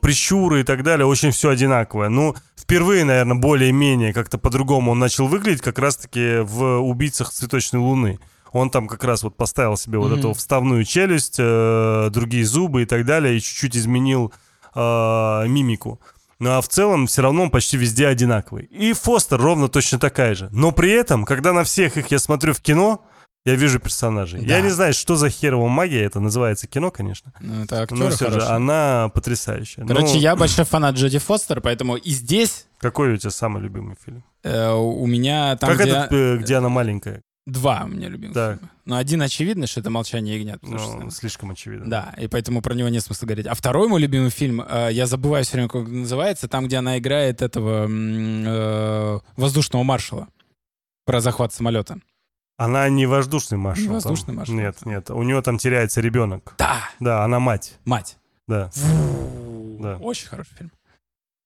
прищуры и так далее, очень все одинаковое. Ну, впервые, наверное, более-менее как-то по-другому он начал выглядеть как раз-таки в «Убийцах цветочной луны». Он там как раз вот поставил себе вот
Мгм.
эту вставную челюсть, э, другие зубы и так далее, и чуть-чуть изменил э, мимику. Ну а в целом все равно он почти везде одинаковый. И Фостер ровно точно такая же. Но при этом, когда на всех их я смотрю в кино, я вижу персонажей.
Да.
Я не знаю, что за херова магия, это называется кино, конечно.
ну, это
Но
актер
все же,
хороший.
она потрясающая.
Короче,
Ну,
я большой фанат Джоди Фостер, поэтому и здесь
Какой у тебя самый любимый фильм?
э, у меня там,
как
где...
этот, э, где она маленькая?
Два у меня любимых
Так.
фильма. Но один очевидно, что это «Молчание ягнят». потому
Ну,
что-
слишком очевидно.
Да, и поэтому про него нет смысла говорить. А второй мой любимый фильм, э, я забываю все время, как он называется, там, где она играет этого м, э, воздушного маршала про захват самолета.
Она не воздушный маршал. там.
воздушный маршал.
Нет, нет. У нее там теряется ребенок.
Да,
Да, она мать.
мать.
Да, Да.
Очень хороший фильм.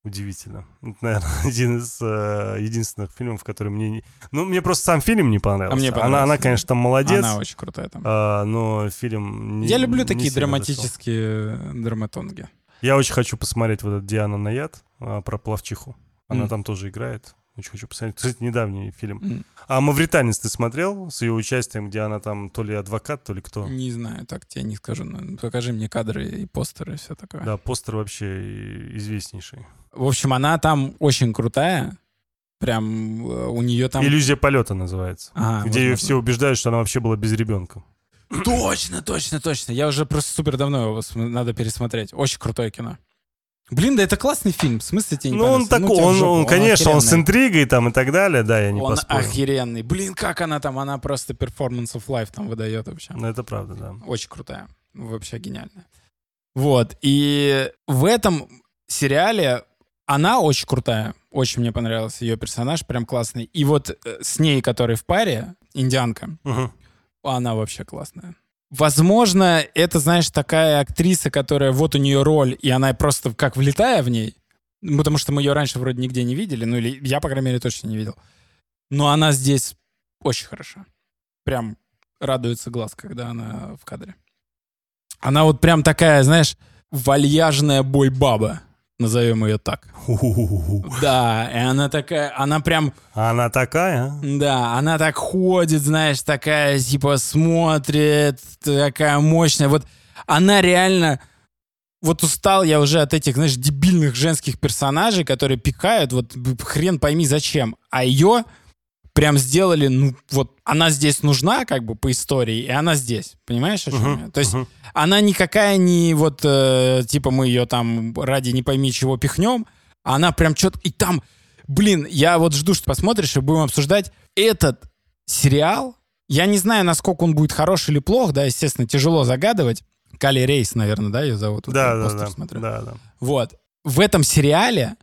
удивительно. Это, наверное, один из э, единственных фильмов, который мне... не- Ну, мне просто сам фильм не понравился.
А мне
Она,
понравился.
она конечно, там молодец,
Она очень крутая там.
а, но фильм... не-
я люблю
не
такие
сильно зашел.
драматические э, драматонги.
Я очень хочу посмотреть вот этот Диана Наят а, про плавчиху. Она
М.
там тоже играет. Очень хочу посмотреть. Кстати, недавний фильм.
М,
А «Мавританец» ты смотрел с ее участием, где она там то ли адвокат, то ли кто?
Не знаю, так тебе не скажу. но покажи мне кадры и постеры, и все такое.
Да, постер вообще известнейший.
В общем, она там очень крутая. Прям э, у нее там...
«Иллюзия полета» называется.
Ага,
где ее
возможно.
все убеждают, что она вообще была без ребенка.
Точно, точно, точно. Я уже просто супер давно его см- надо пересмотреть. Очень крутое кино. Блин, да это классный фильм. В смысле тебе не
Ну, он
понравился?
такой,
тебя в
он,
жопу.
он, конечно, он с
охеренный.
интригой там и так далее, да, я не
Он
поспорю.
охеренный. Блин, как она там, она просто performance of life там выдает вообще.
Ну, это правда, да.
Очень крутая. Вообще гениальная. Вот. И в этом сериале она очень крутая. Очень мне понравился ее персонаж, прям классный. И вот э, с ней, который в паре, индианка,
Мгм.
она вообще классная. Возможно, это, знаешь, такая актриса, которая вот у нее роль, и она просто как влетая в ней, ну, потому что мы ее раньше вроде нигде не видели, ну или я, по крайней мере, точно не видел. Но она здесь очень хороша. Прям радуется глаз, когда она в кадре. Она вот прям такая, знаешь, вальяжная бой-баба, назовем ее так.
Ху-ху-ху-ху.
Да, и она такая, она прям
Она такая. а?
да, она так ходит, знаешь, такая, типа, смотрит, такая мощная. Вот она реально... Вот устал я уже от этих, знаешь, дебильных женских персонажей, которые пикают, вот б- хрен пойми зачем. А ее прям сделали, ну, вот она здесь нужна, как бы, по истории, и она здесь. Понимаешь, о чем
Мгм,
я? То есть
мгм.
она никакая не вот, э, типа, мы ее там ради не пойми чего пихнем. Она прям что-то... И там, блин, я вот жду, что посмотришь, и будем обсуждать этот сериал. Я не знаю, насколько он будет хорош или плох, да, естественно, тяжело загадывать. Кали Рейс, наверное, да, ее зовут? Вот
Да,
я
да,
постер
да,
смотрю.
да, да.
Вот. В этом сериале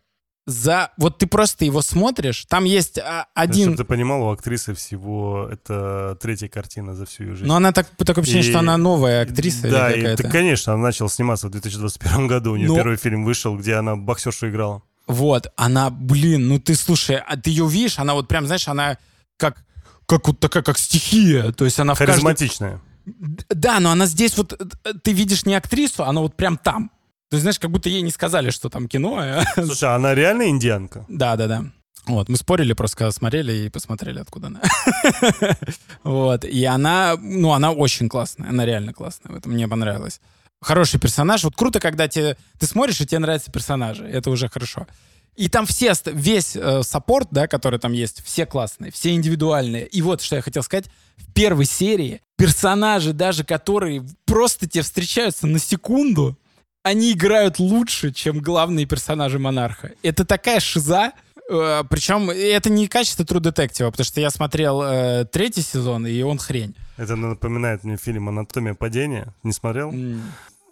за... Вот ты просто его смотришь, там есть а,
Чтобы
один...
ты понимал, у актрисы всего это третья картина за всю ее жизнь.
Но она так, такое ощущение,
И-
что Ну, она новая актриса
да,
или
и,
какая-то. Ну.
ты, конечно, она начала сниматься в 2021 году. У нее
Но-
первый фильм вышел, где она боксершу играла.
Вот, она, блин, ну ты слушай, а ты ее видишь, она вот прям, знаешь, она как, как вот такая, как стихия. То есть она в каждом...
Харизматичная.
Д- Да, но она здесь вот... э, Ты видишь не актрису, она вот прям там. То есть, знаешь, как будто ей не сказали, что там кино. а-
Слушай, она реально индианка?
Да, да, да. Вот, мы спорили просто, когда смотрели и посмотрели, откуда она. Вот, и она, ну, она очень классная, она реально классная, это мне понравилось. Хороший персонаж, вот круто, когда те, ты смотришь, и тебе нравятся персонажи, это уже хорошо. И там все, ост- весь э, саппорт, да, который там есть, все классные, все индивидуальные. И вот, что я хотел сказать, в первой серии персонажи даже, которые просто тебе встречаются на секунду, они играют лучше, чем главные персонажи Монарха. Это такая шиза. э, Причем это не качество True Detective, потому что я смотрел э, третий сезон, и он хрень.
Это напоминает мне фильм «Анатомия падения». Не смотрел?
М,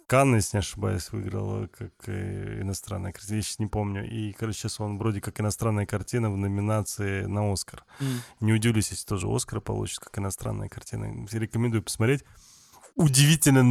Канн, если не ошибаюсь, выиграла как э, иностранная картина. Я сейчас не помню. И, короче, сейчас он вроде как иностранная картина в номинации на «Оскар».
м.
Не удивлюсь, если тоже «Оскар» получит как иностранная картина. Рекомендую посмотреть. Удивительно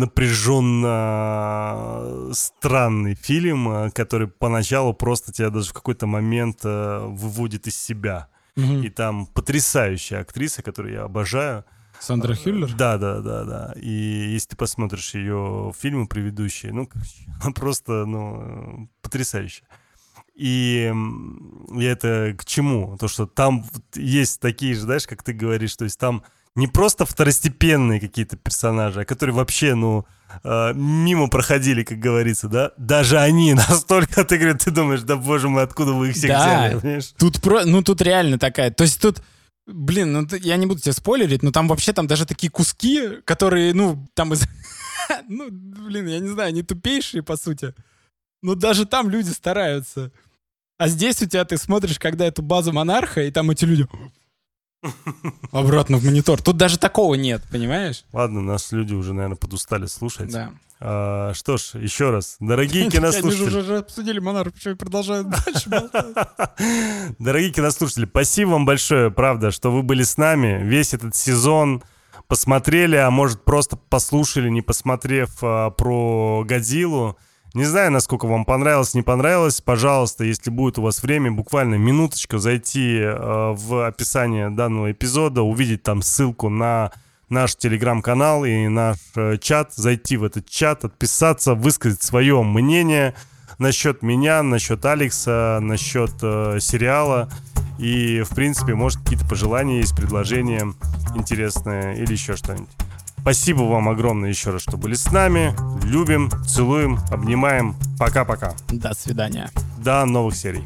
напряженно странный фильм, э, который поначалу просто тебя даже в какой-то момент э, выводит из себя.
Мгм.
И там потрясающая актриса, которую я обожаю.
Сандра Хюллер?
Да, да, да, да. И если ты посмотришь ее фильмы предыдущие, ну, короче, она просто, ну, э, потрясающая. И м, я это к чему? То, что там вот есть такие же, знаешь, как ты говоришь, то есть там не просто второстепенные какие-то персонажи, а которые вообще, ну, э, мимо проходили, как говорится, да? Даже они настолько, ты, говоришь, ты думаешь, да боже мой, откуда вы их всех
Да.
взяли, понимаешь?
Тут про, ну тут реально такая. То есть тут, блин, ну ты- я не буду тебя спойлерить, но там вообще там даже такие куски, которые, ну там из, ну блин, я не знаю, они тупейшие по сути. Но даже там люди стараются. А здесь у тебя ты смотришь, когда эту базу монарха, и там эти люди обратно в монитор. Тут даже такого нет, понимаешь?
Ладно, нас люди уже, наверное, подустали слушать.
Да.
А, что ж, еще раз, дорогие
Они же
кинослушатели,
уже обсудили монарха, почему продолжают дальше
дорогие кинослушатели, спасибо вам большое, правда, что вы были с нами весь этот сезон, посмотрели, а может просто послушали, не посмотрев а, про Годзиллу. Не знаю, насколько вам понравилось, не понравилось. Пожалуйста, если будет у вас время, буквально минуточку зайти э, в описание данного эпизода, увидеть там ссылку на наш телеграм-канал и наш э, чат, зайти в этот чат, отписаться, высказать свое мнение насчет меня, насчет Алекса, насчет э, сериала. И, в принципе, может, какие-то пожелания есть, предложения интересные или еще что-нибудь. Спасибо вам огромное еще раз, что были с нами. Любим, целуем, обнимаем. Пока-пока.
До свидания.
До новых серий.